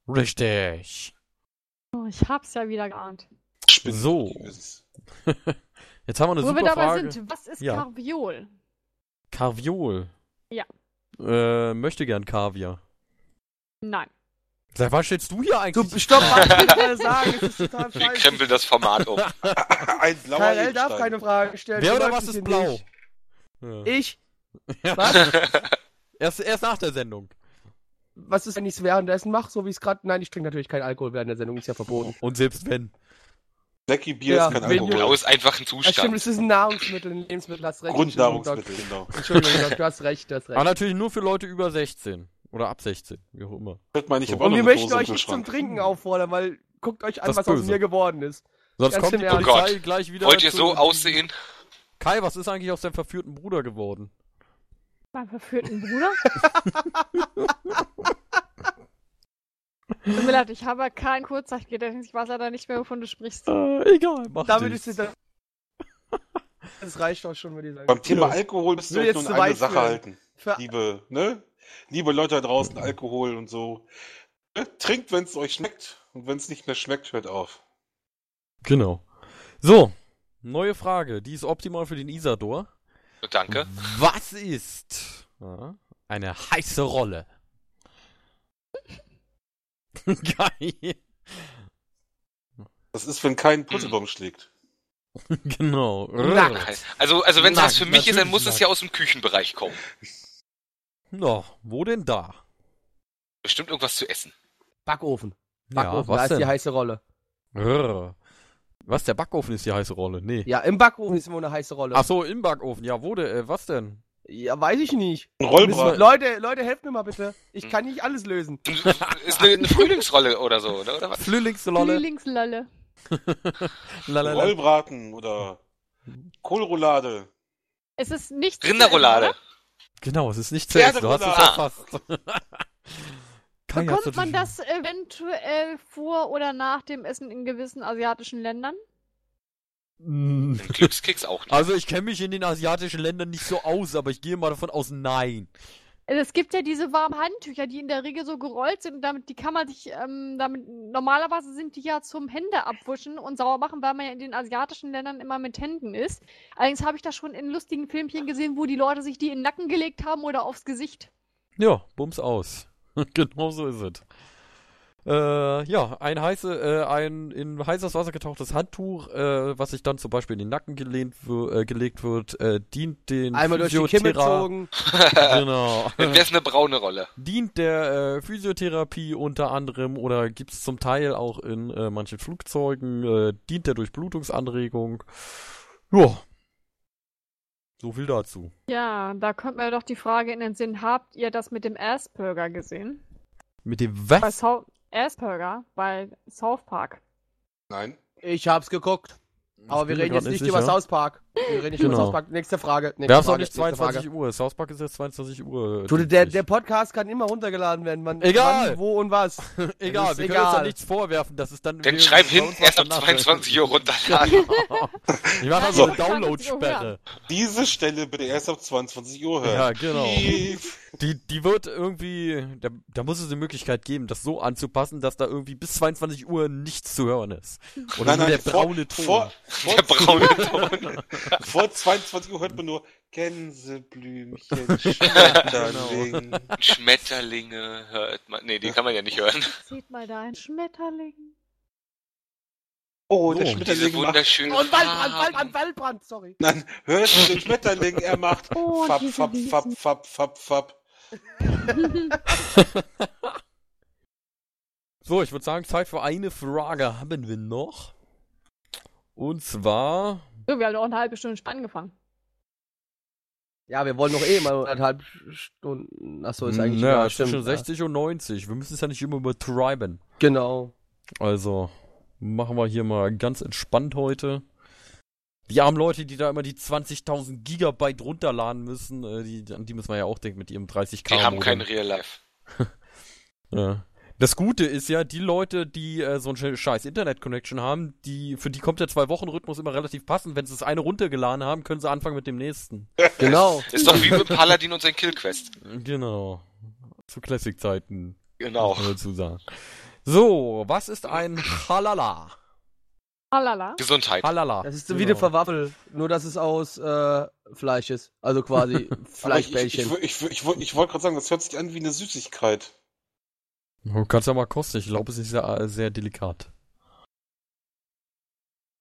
Richtig. [LAUGHS] Oh, ich hab's ja wieder geahnt. Spinnen. So. Die Ösis. [LAUGHS] Jetzt haben wir eine Wo wir super dabei Frage. sind, was ist Ja. Karviol? Karviol. Ja. Äh, möchte gern Kaviar. Nein. Sag, was stellst du hier Du, eigentlich? [LAUGHS] stopp, was ich gerade sagen, das ist total Wir falsch. krempeln das Format um. Ein blauer Karel darf Edelstein. keine Fragen stellen. Wer du oder läufst was es ist hier blau? nicht. Ja. Ich. [LAUGHS] Ja. Was? Erst, erst nach der Sendung. Was ist, wenn ich es währenddessen mache, so wie es gerade. Nein, ich trinke natürlich keinen Alkohol während der Sendung, ist ja verboten. Und selbst wenn. Blackie Bier Ja, ist [LAUGHS] kein wenn Alkohol. Blau ist einfach ein Ja, stimmt, Zustand. es ist ein Nahrungsmittel, ein Lebensmittel, hast recht. Grundnahrungsmittel, genau. Entschuldigung, Doc. Entschuldigung, Doc, du hast recht, du hast Aber recht. natürlich nur für Leute über 16. Oder ab 16, wie auch immer. Hört mal, ich habe auch Und noch wir eine möchten Dose im euch nicht zum Kühlschrank. Trinken auffordern, weil guckt euch an, Das was aus Böse. mir geworden ist. Sonst Ganz kommt die im Ernst. Polizei Oh gleich wieder. Wollt ihr zu- so aussehen? Kai, was ist eigentlich aus deinem verführten Bruder geworden? Mein verführten Bruder? Tut mir leid, ich habe kein Kurzzeitgedächtnis. Ich weiß leider nicht mehr, wovon du sprichst. Äh, egal, mach Damit nichts. ist es. Das reicht doch schon, würde ich sagen. Beim Thema Alkohol müsst ihr Will jetzt euch nur an zu eine weit Sache führen. halten. Für- Liebe, ne? Liebe Leute da draußen, Alkohol und so. Ne? Trinkt, wenn es euch schmeckt. Und wenn es nicht mehr schmeckt, hört auf. Genau. So, neue Frage. Die ist optimal für den Isador. Oh, Danke. Hm. Was ist ja, eine heiße Rolle? [LAUGHS] Geil. Das ist, wenn kein Putzelbaum schlägt. Genau. Nackt. Also, also wenn Nackt, das für mich ist, dann natürlich muss es ja aus dem Küchenbereich kommen. No, wo denn da? Bestimmt irgendwas zu essen. Backofen. Ja, Backofen, da was ist denn? die heiße Rolle. Rrr. Was, der Backofen ist die heiße Rolle? Nee. Ja, im Backofen ist immer eine heiße Rolle. Ach so, im Backofen. Ja, wo denn? Äh, was denn? Ja, weiß ich nicht. Ein Müssen, Rollbraten. Leute, Leute, helft mir mal bitte. Hm. Ich kann nicht alles lösen. [LAUGHS] Ist eine, eine Frühlingsrolle oder so, oder? oder was? Flühlingsrolle. Frühlingslolle. Ein Lalala. Rollbraten oder Kohlroulade. Es ist nichts. zu essen, Rinderroulade. oder? Genau, es ist nicht zuerst. Du hast es Pferderoulade. [LAUGHS] verpasst. Kai, hast du Bekommt man das eventuell vor oder nach dem Essen in gewissen asiatischen Ländern? Mm. Den Glückskeks auch Ah. nicht. Also ich kenne mich in den asiatischen Ländern nicht so aus, aber ich gehe mal davon aus, nein. Also Es gibt ja diese warmen Handtücher, die in der Regel so gerollt sind und damit die kann man sich, ähm, damit normalerweise sind die ja zum Hände abwischen und sauber machen, weil man ja in den asiatischen Ländern immer mit Händen ist. Allerdings habe ich das schon in lustigen Filmchen gesehen, wo die Leute sich die in den Nacken gelegt haben oder aufs Gesicht. Ja, bums aus. [LAUGHS] genau so ist es. Äh, ja, ein heiße, äh, ein in heißes Wasser getauchtes Handtuch, äh, was sich dann zum Beispiel in den Nacken gelehnt, wür- äh, gelegt wird, äh, dient den Einmal durch die Kimme Physiothera- gezogen. [LAUGHS] Genau. [LAUGHS] Dann wäre es eine braune Rolle. dient der äh, Physiotherapie unter anderem oder gibt's zum Teil auch in äh, manchen Flugzeugen, äh, dient der Durchblutungsanregung. Ja. So viel dazu. Ja, da kommt mir doch die Frage in den Sinn, habt ihr das mit dem Asperger gesehen? Mit dem Bei was? South Asperger, bei South Park. Nein. Ich hab's geguckt. Aber wir bin reden mir grad jetzt nicht nicht über sicher. South Park. Wir reden nicht über Genau. South Park. Nächste Frage. Nächste Ja, ist auch Frage, nicht nächste Frage. 22 Uhr. South Park ist jetzt 22 Uhr. äh, Du, der, der dienstlich. Podcast kann immer runtergeladen werden. Wann, Egal. Wann, wo und was. egal, ist wir können uns da egal. nichts vorwerfen, das ist dann... Dann wir- schreib bei uns hinten war's erst ab danach. 22 [LAUGHS] Uhr runterladen. Ich mache Nein, so eine wir können uns Download-Sperre. Diese Stelle bitte erst ab 22 Uhr hören. Ja, genau. Piep. Die, die wird irgendwie, da, da muss es eine Möglichkeit geben, das so anzupassen, dass da irgendwie bis 22 Uhr nichts zu hören ist. Oder nur Nein, nein, der vor- braune Ton. Vor, vor, Der braune [LAUGHS] Ton. vor 22 Uhr hört man nur Gänseblümchen, Schmetterling. Schmetterlinge hört man. Nee, die kann man ja nicht hören. Seht mal da einen Schmetterling. Oh, der So. Diese Schmetterling macht. wunderschönen Und Waldbrand, Farben. Waldbrand, Waldbrand, sorry. Nein, hörst du den Schmetterling? Er macht. [LAUGHS] Oh, Fapp, diese fapp, fapp, Wiesen. fapp, fapp, fapp. So, ich würde sagen, Zeit für eine Frage haben wir noch. Und zwar, [LAUGHS] So, wir haben auch eine halbe Stunde schon angefangen. Ja, wir wollen doch eh mal anderthalb Stunden. Achso, ist eigentlich naja, egal, zwischen stimmt, 60 und 90. Wir müssen es ja nicht immer übertreiben. Ja. Genau. Also, machen wir hier mal ganz entspannt heute. Die armen Leute, die da immer die 20.000 Gigabyte runterladen müssen, äh, die, an die müssen wir ja auch denken mit ihrem 30k. Die haben Modem. kein Real Life. Ja. Das Gute ist ja, die Leute, die äh, so eine scheiß Internet-Connection haben, die, für die kommt der Zwei-Wochen-Rhythmus immer relativ passend. Wenn sie das eine runtergeladen haben, können sie anfangen mit dem nächsten. [LAUGHS] Genau. Ist doch wie mit Paladin und sein Killquest. Genau. Zu Classic-Zeiten, Genau. muss man dazu sagen. So, was ist ein Halala? Halala. Gesundheit. Halala. Genau. Das ist so wie eine Verwaffel, nur dass es aus äh, Fleisch ist. Also quasi Aber ich, ich, Fleischbällchen. ich, ich, ich, ich, ich wollte gerade sagen, das hört sich an wie eine Süßigkeit. Du kannst ja mal kosten. Ich glaube, es ist sehr, äh, sehr delikat.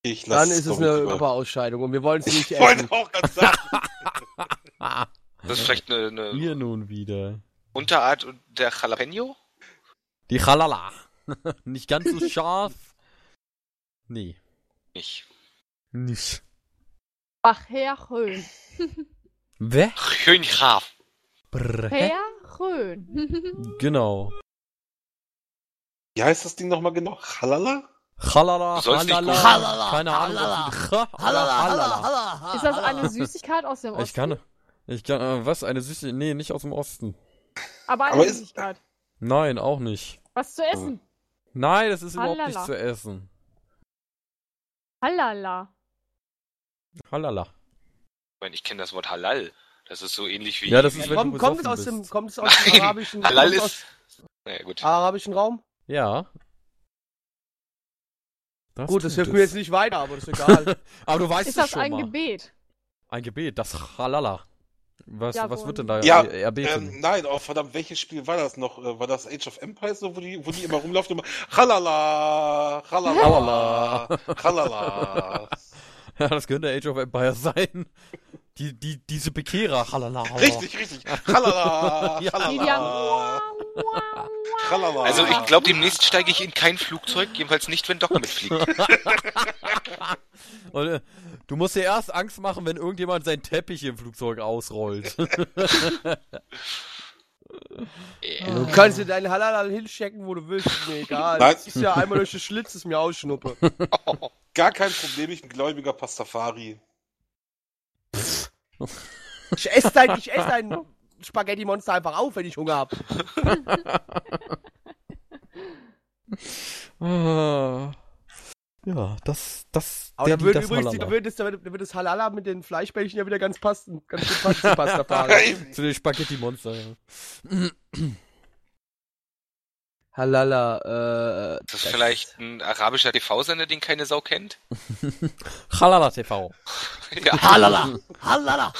Ich lass Dann ist es doch eine lieber. Körperausscheidung und wir wollen es Ich nicht wollte essen. auch gerade sagen. [LAUGHS] Ah, Das ist vielleicht eine, eine hier nun wieder. Unterart der Jalapeno? [LAUGHS] Die Halala. Nicht ganz so scharf. Nee. Nicht. Nicht. Ach, Herr Rhön. Wer? Schöngraf. Herr Rhön. Genau. Wie heißt das Ding nochmal genau? Halala? Halala, Du sollst nicht halala, gut- halala, keine Ahnung, was die- halala, halala. Ist das eine Süßigkeit aus dem Osten? Ah, Ich kann, ich kann, äh, was, eine Süße, nee, nicht aus dem Osten. Aber eine Aber ist- Süßigkeit. Nein, auch nicht. Was zu essen? Nein, das ist überhaupt Halala. nichts zu essen. Halala. Halala. Ich meine, ich kenne das Wort Halal. Das ist so ähnlich wie. Ja, das ist, wenn Kommt, du kommt es besoffen aus dem, bist. kommt es aus dem Nein, arabischen, Halal kommt es ist. Naja, gut. aus arabischen Raum? Ja. Das Gut, das tut hilft mir jetzt nicht weiter, aber das ist [LAUGHS] egal. Aber du weißt Ist es das schon ein mal. Gebet? Ein Gebet, das Halala. Was, Ja, was wo- wird denn da Ja, er- erbeten? Ähm, nein, oh verdammt, welches Spiel war das noch? Äh, War das Age of Empires, so, wo, die, wo die immer rumlaufen und immer Halala, Halala, [LAUGHS] Halala. Ja, [LAUGHS] das könnte Age of Empires sein. Die, die, diese Bekehrer, Halala. Richtig, richtig. [LAUGHS] Halala, Ja. Die, die haben. Halala, Halala. Also ich glaube, demnächst steige ich in kein Flugzeug, jedenfalls nicht, wenn Doc [LAUGHS] mitfliegt. Und, äh, du musst dir erst Angst machen, wenn irgendjemand seinen Teppich im Flugzeug ausrollt. Du kannst dir deinen Halal hinchecken, wo du willst, ist mir egal. Nein. Das ist ja einmal durch den Schlitz, ist mir [LAUGHS] ausschnuppe. Gar kein Problem, ich bin gläubiger Pastafari. Ich esse dein, ich esse dein Spaghetti-Monster einfach auf, wenn ich Hunger hab. Ah. ja, das, das, Aber da die- würde das übrigens, die- da Halala. würde das, da würde da würde das Halala mit den Fleischbällchen ja wieder ganz passen, ganz gut passen zu Pastafari. zu den Spaghetti-Monster, ja. [LAUGHS] Halala, äh, Ist das vielleicht ein arabischer TV-Sender, den keine Sau kennt? [LAUGHS] Halala TV. Ja. Halala, halala.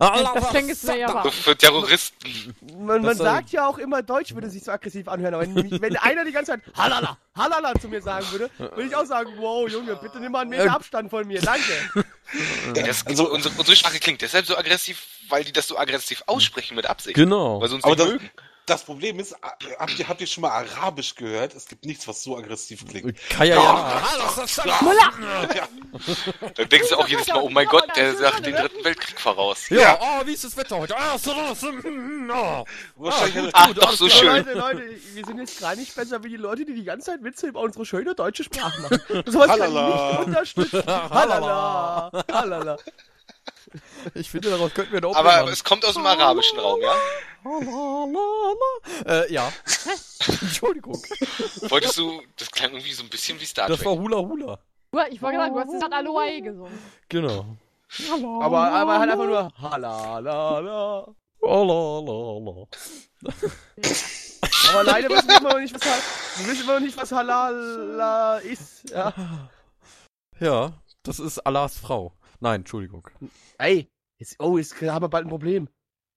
Das klingt jetzt mir ja So wahr. also für Terroristen. Man, man Das, äh, sagt ja auch immer, Deutsch würde sich so aggressiv anhören, aber wenn, wenn einer die ganze Zeit Halala, Halala zu mir sagen würde, würde ich auch sagen, wow, Junge, bitte nimm mal einen Meter Abstand von mir, danke. Das, also unsere, unsere Sprache klingt deshalb so aggressiv, weil die das so aggressiv aussprechen mit Absicht. Genau. Weil sie uns Aber nicht das, mögen. das Problem ist, a- habt ihr, habt ihr schon mal Arabisch gehört? Es gibt nichts, was so aggressiv klingt. Kaya ja. Ja. Ah, Dann denkst du auch jedes Mal, oh mein Gott, der sagt den dritten Weltkrieg voraus. Ja, oh, wie ist das Wetter heute? Ah, so, so, so, mm, oh. Wahrscheinlich, Ach, doch, so So, schön. Leute, Leute, wir sind jetzt gar nicht besser wie die Leute, die die ganze Zeit Witze über unsere schöne deutsche Sprache machen. Sowas kann ich Halala. nicht unterstützen. Halala, Halala. Ich finde, daraus könnten wir ein Opening Aber machen. es kommt aus dem arabischen Oh. Raum, ja? Halala. Äh, ja. Entschuldigung. Wolltest du, das klang irgendwie so ein bisschen wie Star Das Trek. war Hula Hula. Ich wollte gerade, du hast gerade Aloe gesungen. Genau. Aber, aber halt einfach nur Halala. Halala. Aber leider wissen wir immer noch nicht, was, Hal- wir wissen immer noch nicht, was Halala ist. Ja. Ja, das ist Allahs Frau. Nein, Entschuldigung. Ey, jetzt, oh, jetzt haben wir bald ein Problem.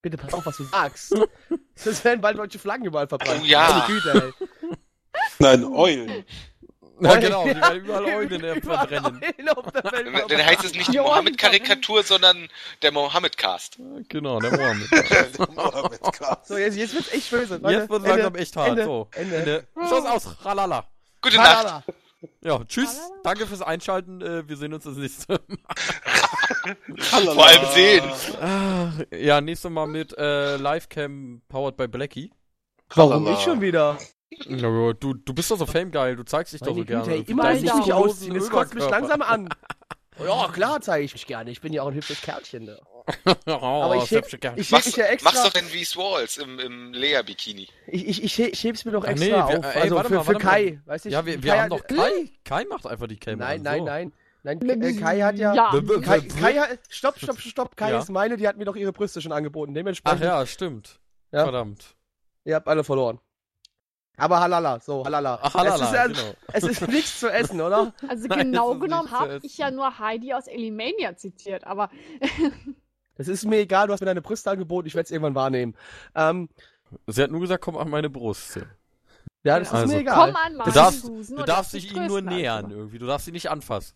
Bitte pass auf, was du sagst. Sonst werden bald deutsche Flaggen überall verbrannt. Oh ja. Meine Güte, ey. nein, [LAUGHS] Eulen. Ja, Eulen. genau. Die werden [LAUGHS] überall Eulen äh, Überall [LAUGHS] verbrennen. Eulen auf der Welt Dann dann heißt es nicht die oh, Ja, Mohammed-Karikatur, sondern der Mohammed-Cast. Genau, der Mohammed. Mohammed, klar. So, jetzt, jetzt wird's echt böse. Leute, Jetzt wird Ende, langsam echt hart. Ende, So. Ende. Ende. Schluss aus. Halala. Gute Nacht. Halala. Ja, tschüss. Halala. Danke fürs Einschalten. Äh, wir sehen uns das nächste Halala. Vor allem sehen. Ach, Ah, ja, nächstes Mal mit äh, Livecam powered by Blackie. Warum Halala. ich schon wieder? Du, du bist doch so famegeil, du zeigst dich doch so Meine gerne. Güte, ey, immer deinen muss ich mich großen ausziehen. Es kotzt mich Überkörper. langsam an. Ja, klar zeige ich mich gerne. Ich bin ja auch ein hübsches Kerlchen. Ne? [LAUGHS] oh, Aber ich das heb, hübsche Kerl. ich heb Mach's, mich ja extra. mach's doch den V's Walls im, im Lea-Bikini. Ich, ich, ich, he- ich heb's mir doch Ach extra nee, wir- auf. ey, also warte für, mal, für warte Kai. Weißt du, ja, wir, Kai wir haben hat- doch Kai. Kai macht einfach die Cam. Nein, an, nein, so. nein. Nein, K- äh, Kai hat ja. Ja. B- b- Kai, b- Kai hat, stopp, stopp, stopp. Kai Ja. ist meine, die hat mir doch ihre Brüste schon angeboten. Ach Dementsprechend, ja, stimmt. Ja. Verdammt. ihr habt alle verloren. Aber halala, so, halala. Ach, halala, es ist, ja- genau. es ist nichts zu essen, oder? Also Nein, genau das ist genommen nicht zu habe essen. ich ja nur Heidi aus Elimania zitiert, aber Es ist mir egal, du hast mir deine Brüste angeboten, ich werde es irgendwann wahrnehmen. Ähm, Sie hat nur gesagt, komm an meine Brust. Du ja, das Also, ist mir genau. komm egal. an, Mann. darfst, Susan, du und darfst lass dich ihm nur trösten, nähern Alter. irgendwie, du darfst ihn nicht anfassen.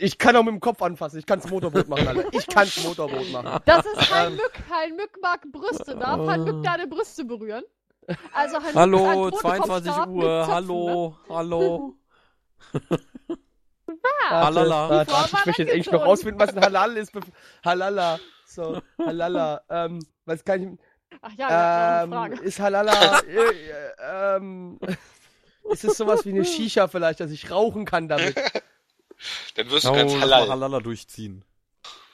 Ich kann auch mit dem Kopf anfassen, ich kann das Motorboot machen, Alter. Ich kann das Motorboot machen. Das ist Hein Mück. Hein Mück mag Brüste. Darf Hein Mück deine Brüste berühren? Also Hein Mück ist ein Hallo, Brotkopfstab 22 mit Uhr, Zöpfen, ne? hallo, hallo. Ja, Halala. Warte, Die warte, Form Äh, ich möchte jetzt endlich noch angezogen. rausfinden, was ein Halal ist. bev- Halala. So, Halala. ähm, was kann ich. Ach ja, ja, Ähm, ähm, Frage. ist Halala. äh, äh, ähm, ist es sowas wie eine Shisha vielleicht, dass ich rauchen kann damit? Dann wirst du Oh, ganz lass mal halal. Halala durchziehen.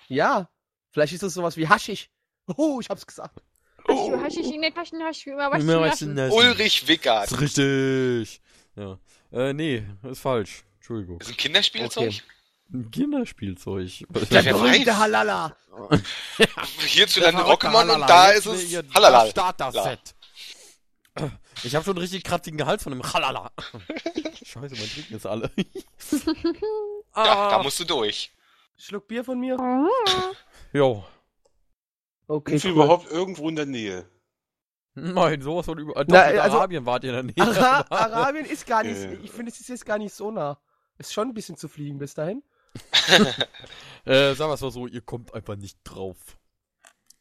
Ja. Vielleicht ist es sowas wie Haschisch. Oh, ich hab's gesagt. Oh. Hast du in den Taschen, hast du immer was Immer zu lachen. lassen. Ulrich Wickert. Ist richtig. Ja. Äh, nee, ist falsch. Entschuldigung. Das ist ein Kinderspielzeug? Okay. Ein Kinderspielzeug. Ja, wer weiß. berühmte Halala. Hierzulande Rockmann und da ist es Halala. Starter-Set. Ich habe schon einen richtig kratzigen Gehalt von dem Halala. [LAUGHS] Scheiße, mein Trinken ist alle. Ja, da Ah. musst du durch. Schluck Bier von mir. Jo. Okay. Ist cool. überhaupt irgendwo in der Nähe. Nein, sowas von überall. Na, Doch, in also- Arabien wart ihr in der Nähe. Ara Arabien ist gar nicht. Äh. Ich finde, es ist jetzt gar nicht so nah. Ist schon ein bisschen zu fliegen bis dahin. Äh, sagen wir mal so, ihr kommt einfach nicht drauf.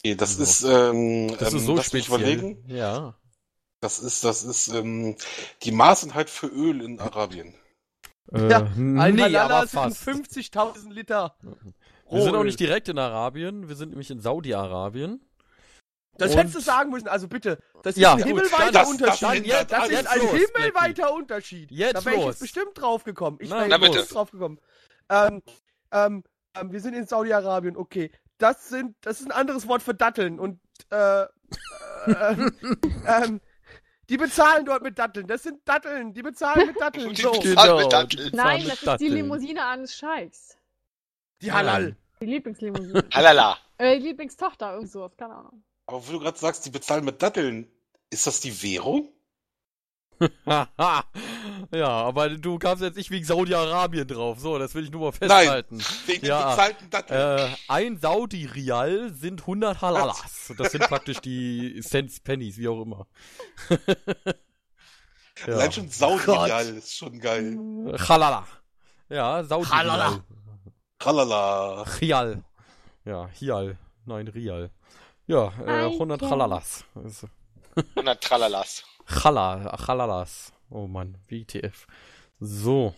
Nee, das So. ist, ähm, Das ähm, ist so lass mich speziell. überlegen. Ja. Das ist, das ist, ähm, die Maßeinheit für Öl in Arabien. Äh, Ja, nee, aber sind fast. 50.000 Liter. Wir sind auch Rohöl. nicht direkt in Arabien, wir sind nämlich in Saudi-Arabien. Das Und- hättest du sagen müssen, also bitte. Das ist Ja, ein gut, himmelweiter dann- Unterschied. dann- das dann- ist jetzt ein Ah, los, himmelweiter Unterschied. Jetzt da wäre ich los. jetzt bestimmt drauf gekommen. Ich Na, wäre na jetzt bitte. bestimmt drauf gekommen. Ähm, ähm, ähm, wir sind in Saudi-Arabien, okay. Das sind, das ist ein anderes Wort für Datteln und äh, äh, ähm, [LAUGHS] ähm, die bezahlen dort mit Datteln. Das sind Datteln, die bezahlen mit Datteln. [LAUGHS] Die So. Genau. bezahlen- Nein, das ist die Datteln. Limousine eines Scheichs. Die Halal. Die Lieblingslimousine. [LAUGHS] Halala. äh, die Lieblingstochter, irgend sowas, keine Ahnung. Aber wo du gerade sagst, die bezahlen mit Datteln, ist das die Währung? Haha. [LAUGHS] ja, aber du kamst jetzt nicht wegen Saudi-Arabien drauf. So, das will ich nur mal festhalten. Wegen Ja. den bezahlten Datteln. Äh, ein Saudi-Rial sind 100 Halalas. Das sind praktisch die Cents, Pennies, wie auch [LAUGHS] immer. ja. Allein schon Saudi-Ideal ist schon geil. Halala. Ja, Saudi-Rial. Halala. Tralala. Rial. Ja, Hial. Nein, Rial. Ja, äh, Ein 100 Kind. Halalas. Also, Und dann Tralalas. Chala, Chalalas. Oh Mann, WTF. So.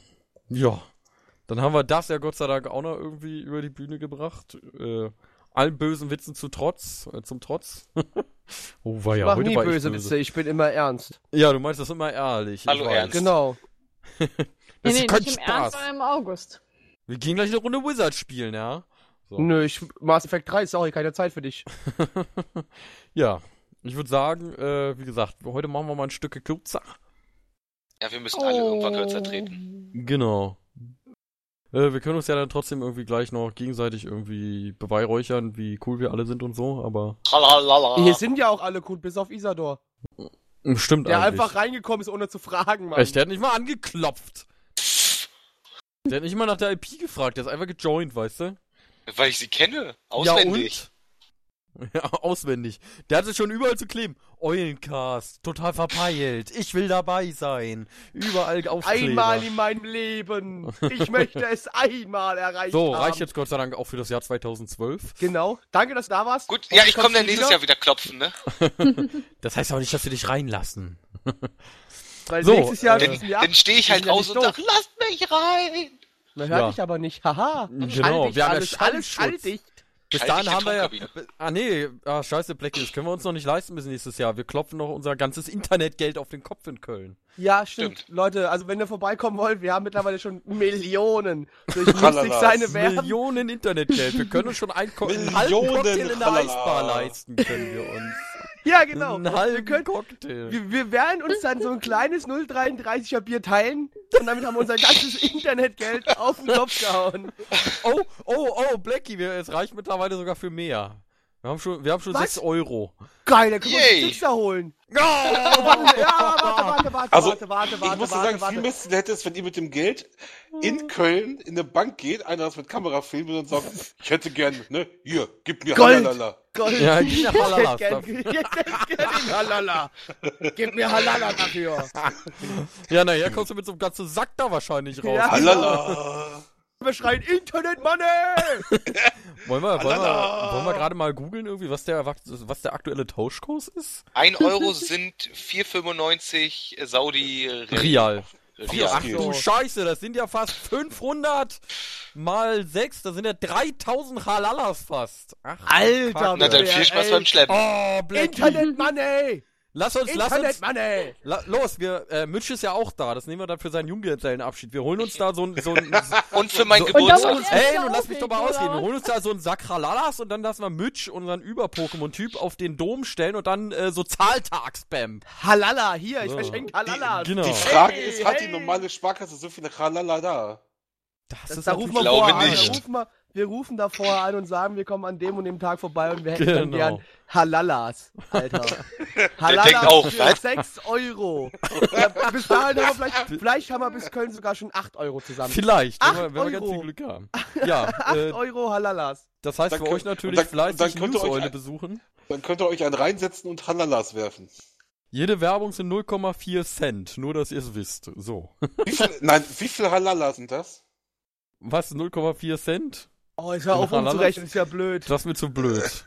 Ja. Dann haben wir das ja Gott sei Dank auch noch irgendwie über die Bühne gebracht. Äh, allen bösen Witzen zu Trotz, äh, zum Trotz. [LAUGHS] oh, war Ich ja mach heute nie war ich böse Witze, ich bin immer ernst. Ja, du meinst das immer ehrlich. ich Hallo, weiß. Ernst. Genau. Das nee, ist nee, kein nicht im Spaß. Ernst, sondern im August. Wir gehen gleich eine Runde Wizard spielen, ja? [LAUGHS] So. Nö, ich, Mass Effect 3, sorry, keine Zeit für dich. ja. Ich würde sagen, äh, wie gesagt, heute machen wir mal ein Stück kürzer. Ja, wir müssen alle irgendwann Oh. kürzer treten. Genau. Äh, wir können uns ja dann trotzdem irgendwie gleich noch gegenseitig irgendwie beweihräuchern, wie cool wir alle sind und so, aber Tralalala. Hier sind ja auch alle cool, bis auf Isador. Mm, stimmt Der eigentlich. einfach reingekommen ist, ohne zu fragen, Mann. Echt, der hat nicht mal angeklopft. Der hat nicht mal nach der IP gefragt, der ist einfach gejoint, weißt du? Weil ich sie kenne. Ja, Auswendig. und? [LAUGHS] ja, auswendig. Der hatte schon überall zu kleben. Eulencast, total verpeilt. Ich will dabei sein. Überall aufkleber. Einmal in meinem Leben. Ich möchte es einmal erreichen. so, reicht jetzt Gott sei Dank auch für das Jahr 2012. Genau. Danke, dass du da warst. Gut, ja, ich komme Kommst dann du nächstes wieder? Jahr wieder klopfen, ne? Das heißt aber nicht, dass wir dich reinlassen. Weil So, nächstes Jahr, äh, in diesem Dann, Jahr dann stehe ich wir halt sind ja raus nicht und doof. sag, lasst mich rein. Man hört Ja. dich aber nicht. Haha. Genau, Schall wir haben ja dich, alles, alles, Schallschutz. alles dich. Bis Scheiß dahin dich in haben wir ja. Tonkabine. Ah, nee, ah, scheiße, Blackie, das können wir uns noch nicht leisten bis nächstes Jahr. Wir klopfen noch unser ganzes Internetgeld auf den Kopf in Köln. Ja, stimmt. Stimmt. Leute, also wenn ihr vorbeikommen wollt, wir haben mittlerweile schon Millionen [LAUGHS] durch lustig Tralala. seine Werbung. Millionen Internetgeld. Wir können uns schon einen, Ko einen halben Millionen, Cocktail in der tralala. Eisbar leisten, können wir uns. Ja, genau. Einen Wir halben können, Cocktail. Wir, wir werden uns dann so ein kleines 0,33er Bier teilen und damit haben wir unser ganzes Internetgeld auf den Kopf gehauen. Oh, oh, oh, Blackie, wir, es reicht mittlerweile sogar für mehr. Wir haben schon, wir haben schon Was? 6 Euro. Geil, da können wir uns Yay. einen Sixer holen. Oh, Warte, ja, warte, warte, warte, Also, warte, warte, ich warte, muss dir warte, sagen, viel warte. besser hätte es, wenn ihr mit dem Geld Hm. in Köln in eine Bank geht, einer das mit Kamera filmt und sagt, [LAUGHS] ich hätte gern, ne, hier, gib mir Gold. Halalala. Gold. Ja, gib mir [LAUGHS] Halala. Ich hätte gern- ich hätte gern den Halala. Gib mir Halala dafür. Ja, naja, kommst du mit so einem ganzen Sack da wahrscheinlich raus. Ja. Halala. [LAUGHS] Wir schreien Internet Money. [LAUGHS] Wollen wir, wollen wir, Halala. wollen wir gerade mal googeln irgendwie, was der, erwach- was der aktuelle [LAUGHS] Tauschkurs ist? Ein Euro sind 4,95 Saudi Rial. Ria. Ach geht. du Scheiße, das sind ja fast 500 mal 6, das sind ja 3000 Halalas fast. Ach, Alter, Na dann Ja, viel Spaß ey. beim Schleppen. Oh, Blackie. Internet Money! Lass uns, lass Internet uns, Money! la, los, wir, äh, Mitch ist ja auch da, das nehmen wir dann für seinen Junggesellenabschied. Wir holen uns da so ein, so ein, Oh, Und für meinen so- Und da Geburtstag. muss er Ey, wieder nun lass mich doch mal aufregen, ausreden. oder Wir holen uns da so einen Sack Ralalas und dann lassen wir Mitch, unseren Über-Pokémon-Typ, auf den Dom stellen und dann äh, so Zahltag spammen. Halala, hier, ich So. verschenke Halalas. Genau. Die Frage Hey, ist, hat die hey. normale Sparkasse so viele Halala da? Das Das, ist da rufen natürlich... wir glaube vorher an. nicht. Da rufen wir, wir rufen da vorher an und sagen, wir kommen an dem und dem Tag vorbei und wir hätten dann Genau. gern Halalas, Alter. denkt auch, für was? 6 Euro. Ja, bis dahin haben wir vielleicht, vielleicht haben wir bis Köln sogar schon 8 Euro zusammen. Vielleicht, wenn Acht wir, wenn wir ganz Euro. viel Glück [LAUGHS] haben. Ja, 8 äh, Euro Halalas. das heißt Dann für könnt- euch natürlich dann- dann fleißig könnt ihr euch Newsäule ein- besuchen. Dann könnt ihr euch einen reinsetzen und Halalas werfen. Jede Werbung sind 0,4 Cent, nur dass ihr es wisst. So. [LAUGHS] Wie viel, [LAUGHS] nein, wie viele Halala sind das? Was, 0,4 Cent? Oh, ist ja auch Halalas? umzurechnen, ist ja blöd. Das ist mir zu blöd.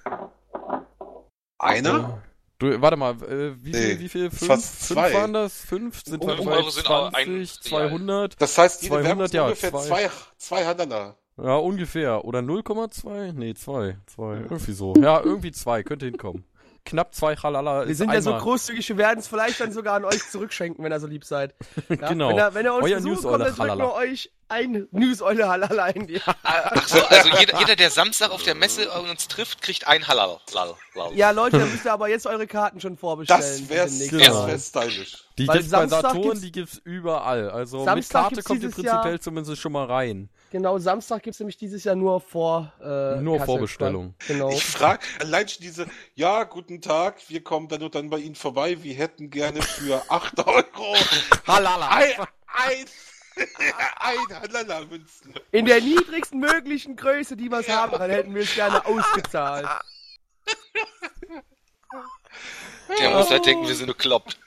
Einer? Du, warte mal, äh, wie viel, Nee, wie viel? Fünf, fünf fast zwei. Um- waren das? Fünf sind halt Oh, wir bei Euro sind auch ein- 20, ja. 200. Das heißt, jede 200, Werbung ist ja, ungefähr zwei. zwei, zwei Halala. Ja, ungefähr. Oder 0,2? Nee, 2. 2. Irgendwie so. Ja, irgendwie 2. Könnte hinkommen. Knapp 2 Halala Wir ist sind ja so einmal. großzügig, wir werden es vielleicht dann sogar an euch zurückschenken, wenn ihr so lieb [LAUGHS] seid. Ja? Genau. Wenn ihr, wenn ihr uns Euer besuchen Newsäule kommt, dann drücken wir Halala. euch ein Newsäule Halala in die Ach so, also jeder, jeder, der Samstag auf der Messe uns trifft, kriegt ein Halal. Lal, lal. Ja, Leute, dann müsst ihr aber jetzt eure Karten schon vorbestellen. Das für wär's, den nächsten das Genau. wär's stylisch. Die Weil gibt's bei Samstag Saturn, gibt's- die gibt's überall. Also mit Samstag Karte gibt's kommt ihr dieses Jahr- prinzipiell zumindest schon mal rein. Genau, Samstag gibt's nämlich dieses Jahr nur vor. Äh, Nur Kassel, Vorbestellung. Genau. Ich frage allein schon diese, ja, guten Tag, wir kommen dann und dann bei Ihnen vorbei, wir hätten gerne für 8 Euro Halala. ein, ein, [LAUGHS] ein Halala-Münzen. [LAUGHS] In der niedrigsten möglichen Größe, die wir's haben, dann hätten wir es gerne ausgezahlt. Oh. Der muss halt denken, wir sind bekloppt.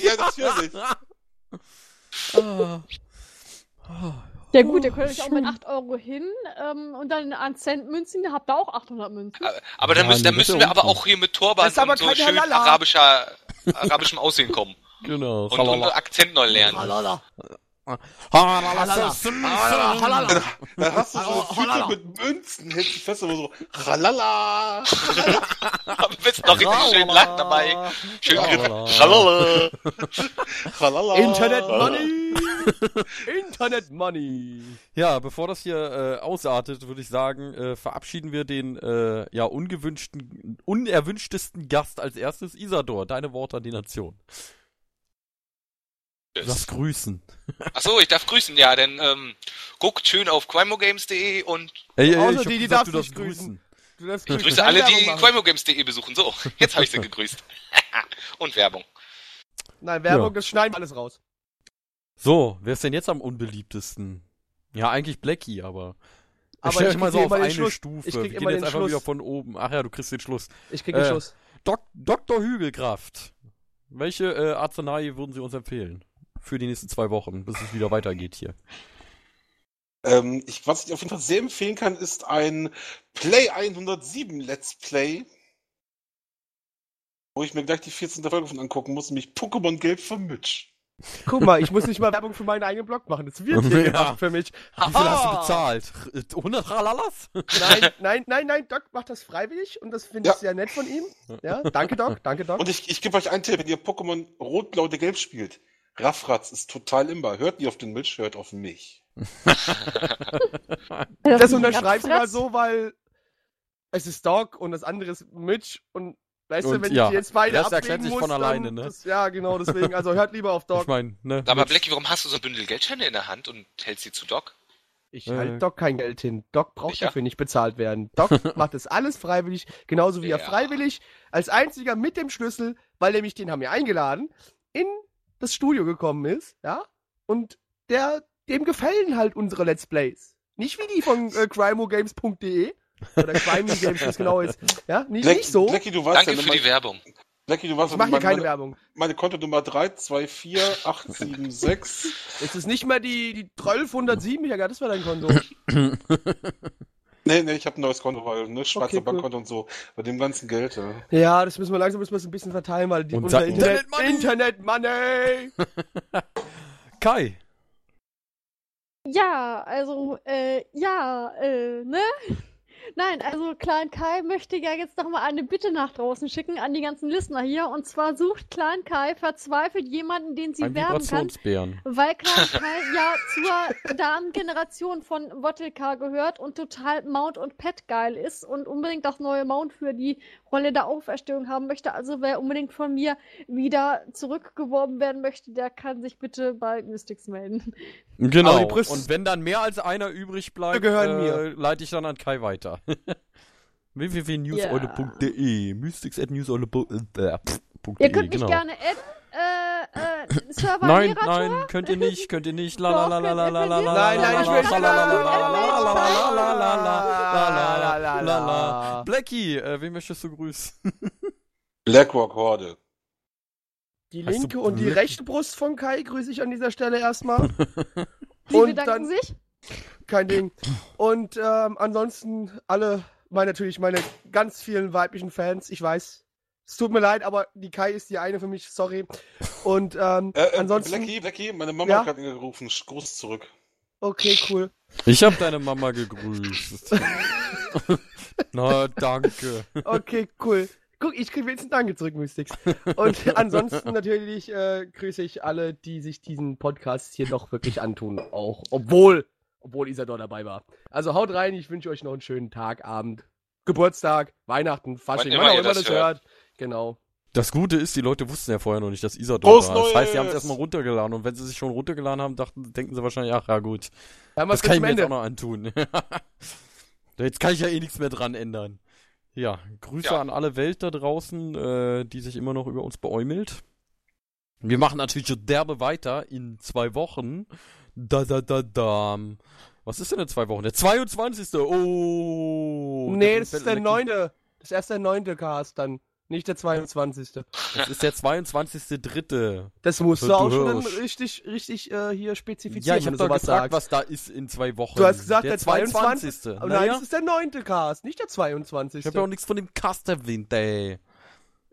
ja, natürlich. Ah. Ja gut, ihr könnt euch auch mit 8 Euro hin ähm, und dann an Cent Münzen, da habt ihr auch 800 Ah, Münzen. Aber dann Ja, müssen, dann nee, das ist müssen ja wir aber uncool. auch hier mit Das Turban ist aber und so kein schön Halala. arabischer, arabischem Aussehen kommen. Genau. Und, und Akzent neu lernen. Halala. Halala. Halala. Halala. Dann hast du so eine Tüte mit Münzen, hältst dich fest und so, Halala. Aber wir noch richtig schön lachen dabei. Schön Halala. griff- Halala. Halala. Internet Money. [LAUGHS] Internet Money. Ja, bevor das hier äh, ausartet, würde ich sagen, äh, verabschieden wir den äh, ja ungewünschten, unerwünschtesten Gast als erstes. Isador, deine Worte an die Nation. Lass grüßen. Achso, ich darf grüßen, ja, denn ähm, guckt schön auf quimogames.de und Ey, ey, Außer ich hab die, die gesagt, darf du darfst nicht grüßen. Du darfst ich grüße alle, die quimogames.de besuchen. So, jetzt habe ich sie gegrüßt. [LAUGHS] und Werbung. Nein, Werbung, Ja. das schneiden wir alles raus. So, wer ist denn jetzt am unbeliebtesten? Ja, eigentlich Blackie, aber. Aber stell ich euch mal krieg so auf immer den eine Schluss. Stufe. Ich krieg Wir gehen immer jetzt den einfach Schluss. wieder von oben. Ach ja, du kriegst den Schluss. Ich krieg den Äh, Schuss. Dok Dr. Hügelkraft. Welche äh, Arznei würden Sie uns empfehlen? Für die nächsten zwei Wochen, bis es wieder weitergeht hier. Ähm, ich, was ich auf jeden Fall sehr empfehlen kann, ist ein Play 107 Let's Play, wo ich mir gleich die 14. Folge von angucken muss, nämlich Pokémon Gelb von Mitch. Guck mal, ich muss nicht mal Werbung für meinen eigenen Blog machen. Das wird hier Ja. gemacht für mich. Wie viel hast du bezahlt? R- 100 Ralalas? Nein, nein, nein, nein, Doc macht das freiwillig und das finde ich Ja. sehr nett von ihm. Ja, danke Doc, danke Doc. Und ich, ich gebe euch einen Tipp, wenn ihr Pokémon Rot, Blau oder Gelb spielt, Raffratz ist total imbar. Hört nicht auf den Mitch, hört auf mich. [LAUGHS] das unterschreibe ich mal Raffratz. so, weil es ist Doc und das andere ist Mitch und weißt Und du, wenn ja, ich die jetzt beide das erklärt abwägen sich muss, von dann- alleine, ne? Das, ja, genau, deswegen, also hört lieber auf Ich Doc. meine, ne? Aber Blackie, warum hast du so ein Bündel Geldscheine in der Hand und hältst sie zu Doc? Ich Äh. halte Doc kein Geld hin. Doc braucht Sicher? dafür nicht bezahlt werden. Doc macht das alles freiwillig, genauso wie er Ja. freiwillig als einziger mit dem Schlüssel, weil nämlich den haben wir eingeladen, in das Studio gekommen ist, ja? Und der, dem gefallen halt unsere Let's Plays. Nicht wie die von äh, crimogames.de E, oder crimogames, wie es genau ist. Ja, nicht, Black- nicht so. Blackie, du weißt Danke ja, für die meine, Werbung. Blackie, du weißt ich ja, mache hier meine, keine meine, Werbung. meine Kontonummer [LAUGHS] 324876. Es ist nicht mehr die, die 1207, ich das war dein Konto. nee, nee, ich habe ein neues Konto, weil, ne, Schweizer Okay, cool. Bankkonto und so. Bei dem ganzen Geld, ja. Ja, das müssen wir langsam müssen wir es ein bisschen verteilen, weil die, Und unser sag- Internet, Internet Money! Internet Money! Kai. Ja, also, äh, ja, äh, ne? Nein, also Klein Kai möchte ja jetzt nochmal eine Bitte nach draußen schicken an die ganzen Listener hier. Und zwar sucht Klein Kai verzweifelt jemanden, den sie Ein werben kann, Vibrationsbären. weil Klein Kai ja zur Damengeneration von Wottelka gehört und total Mount und Pet geil ist und unbedingt das neue Mount für die Rolle der Auferstehung haben möchte. Also wer unbedingt von mir wieder zurückgeworben werden möchte, der kann sich bitte bei Mystics melden. Genau. Aber die Brüste- und wenn dann mehr als einer übrig bleibt, Gehören äh, leite ich dann an Kai weiter. [LAUGHS] www.newseule.de Mystics at Ihr könnt genau. mich gerne at äh, äh, Server Nein, Mirator- nein, könnt ihr nicht, könnt ihr nicht. La la Doch, la la könnt la ihr, la la la könnt ihr. la Nein, nein, ich la möchte la la la la la la la la la la la la la la la. la. Blackie, äh, wen möchtest du grüßen? Blackrock Horde. Die Hast du linke und die Blöd? rechte Brust von Kai grüße ich an dieser Stelle erstmal. Sie Und bedanken dann- sich. Kein Ding. Und ähm, ansonsten alle, meine, natürlich meine ganz vielen weiblichen Fans. Ich weiß, es tut mir leid, aber die Kai ist die eine für mich, sorry. Und ähm, Äh, äh, ansonsten. Blackie, Blackie, meine Mama Ja? hat gerade angerufen. Sch- Gruß zurück. Okay, cool. Ich hab deine Mama [LAUGHS] gegrüßt. Na, danke. Okay, cool. Guck, ich krieg wenigstens Danke zurück, Mystics. [LAUGHS] Und ansonsten natürlich äh, grüße ich alle, die sich diesen Podcast hier doch wirklich antun. Auch obwohl, obwohl Isador dabei war. Also haut rein, ich wünsche euch noch einen schönen Tag, Abend, Geburtstag, Weihnachten, Fasching, Wann wann, immer auch ihr immer das das hört. Genau. Das Gute ist, die Leute wussten ja vorher noch nicht, dass Isador Prost da ist. Das heißt, sie haben es Neues! erstmal runtergeladen. Und wenn sie sich schon runtergeladen haben, dachten, denken sie wahrscheinlich, ach ja gut, Dann das kann ich mir jetzt auch noch antun. [LAUGHS] jetzt kann ich ja eh nichts mehr dran ändern. Ja, Grüße Ja. an alle Welt da draußen, äh, die sich immer noch über uns beäumelt. Wir machen natürlich so derbe weiter in zwei Wochen. Da, da, da, da. Was ist denn in zwei Wochen? Der 22. Oh. nee, da das kommt ist der Blackie. neunte. Das ist erst der neunte Cast dann. Nicht der 22. Das ist der 22.3. Das musst Du du auch schon Hirsch. richtig, richtig äh, hier spezifizieren, Ja, ich wenn habe du doch sowas gefragt, sagst. was da ist in zwei Wochen. Du hast gesagt, der, 22. 22. Aber nein, Naja, das ist der neunte Cast, nicht der 22. ich habe ja auch äh, nichts von dem Cast erwähnt, ey.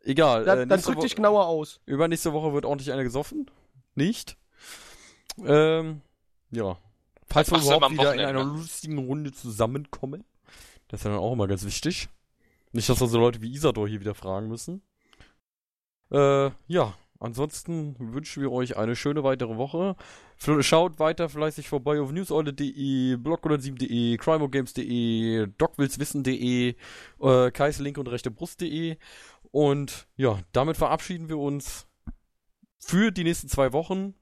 Egal. Da, äh, dann nächste drück dich Wo- genauer aus. Übernächste Woche wird ordentlich einer gesoffen. Nicht? Ähm, ja. Falls wir machst du überhaupt immer am wieder in einer Wochenende. ne? lustigen Runde zusammenkommen. Das ist ja dann auch immer ganz wichtig. Nicht, dass wir so Leute wie Isador hier wieder fragen müssen. Äh, ja. Ansonsten wünschen wir euch eine schöne weitere Woche. Fl- Schaut weiter fleißig vorbei auf newseule.de, blog107.de, crimeogames.de, docwillswissen.de, äh, Kais Link und rechtebrust.de. Und ja, damit verabschieden wir uns für die nächsten zwei Wochen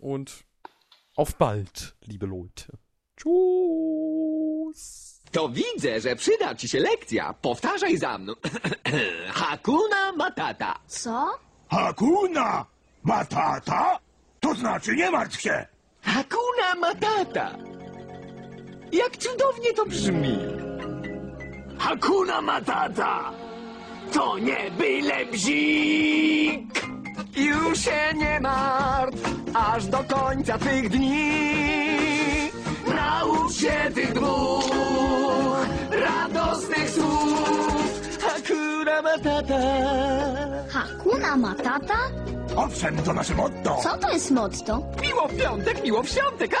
und auf bald, liebe Leute. Tschüss. To widzę, że przyda ci się lekcja. Powtarzaj za mną. [CLEARS THROAT] Hakuna Matata. Co? Hakuna Matata? To znaczy nie martw się! Hakuna Matata. Jak cudownie to brzmi. Hakuna Matata. To nie byle bzik. Już się nie martw, aż do końca twych dni. Naucz się tych dwóch radosnych słów. Hakuna Matata. Hakuna Matata? Owszem, to nasze motto! Co to jest motto? Miło w piątek, miło w świątek! A!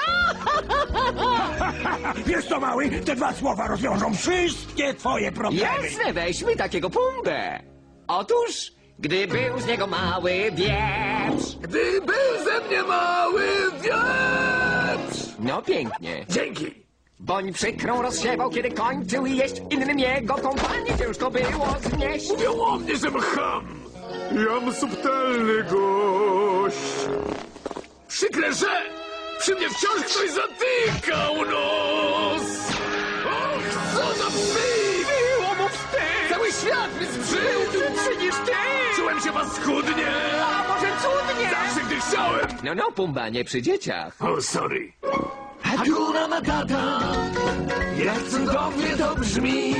Wiesz co, mały? Te dwa słowa rozwiążą wszystkie twoje problemy! Jasne, weźmy takiego pumbę! Otóż, gdy był z niego mały wieprz... Gdy był ze mnie mały wieprz! No pięknie. Dzięki! Boń przykrą rozsiewał, kiedy kończył jeść innym jego kompanii ciężko było znieść. Mówią o mnie, że ham! Jam subtelny gość! Przykre, że przy mnie wciąż ktoś zatykał nos! Och, co za wstyd! Było mu wstyd! Cały świat mi zbrzył! Szybszy niż ty! Czułem się paskudnie! A może cudnie! Zawsze gdy chciałem! No, no, Pumba, nie przy dzieciach. Oh, sorry. Hakuna Matata, jak cudownie to brzmi!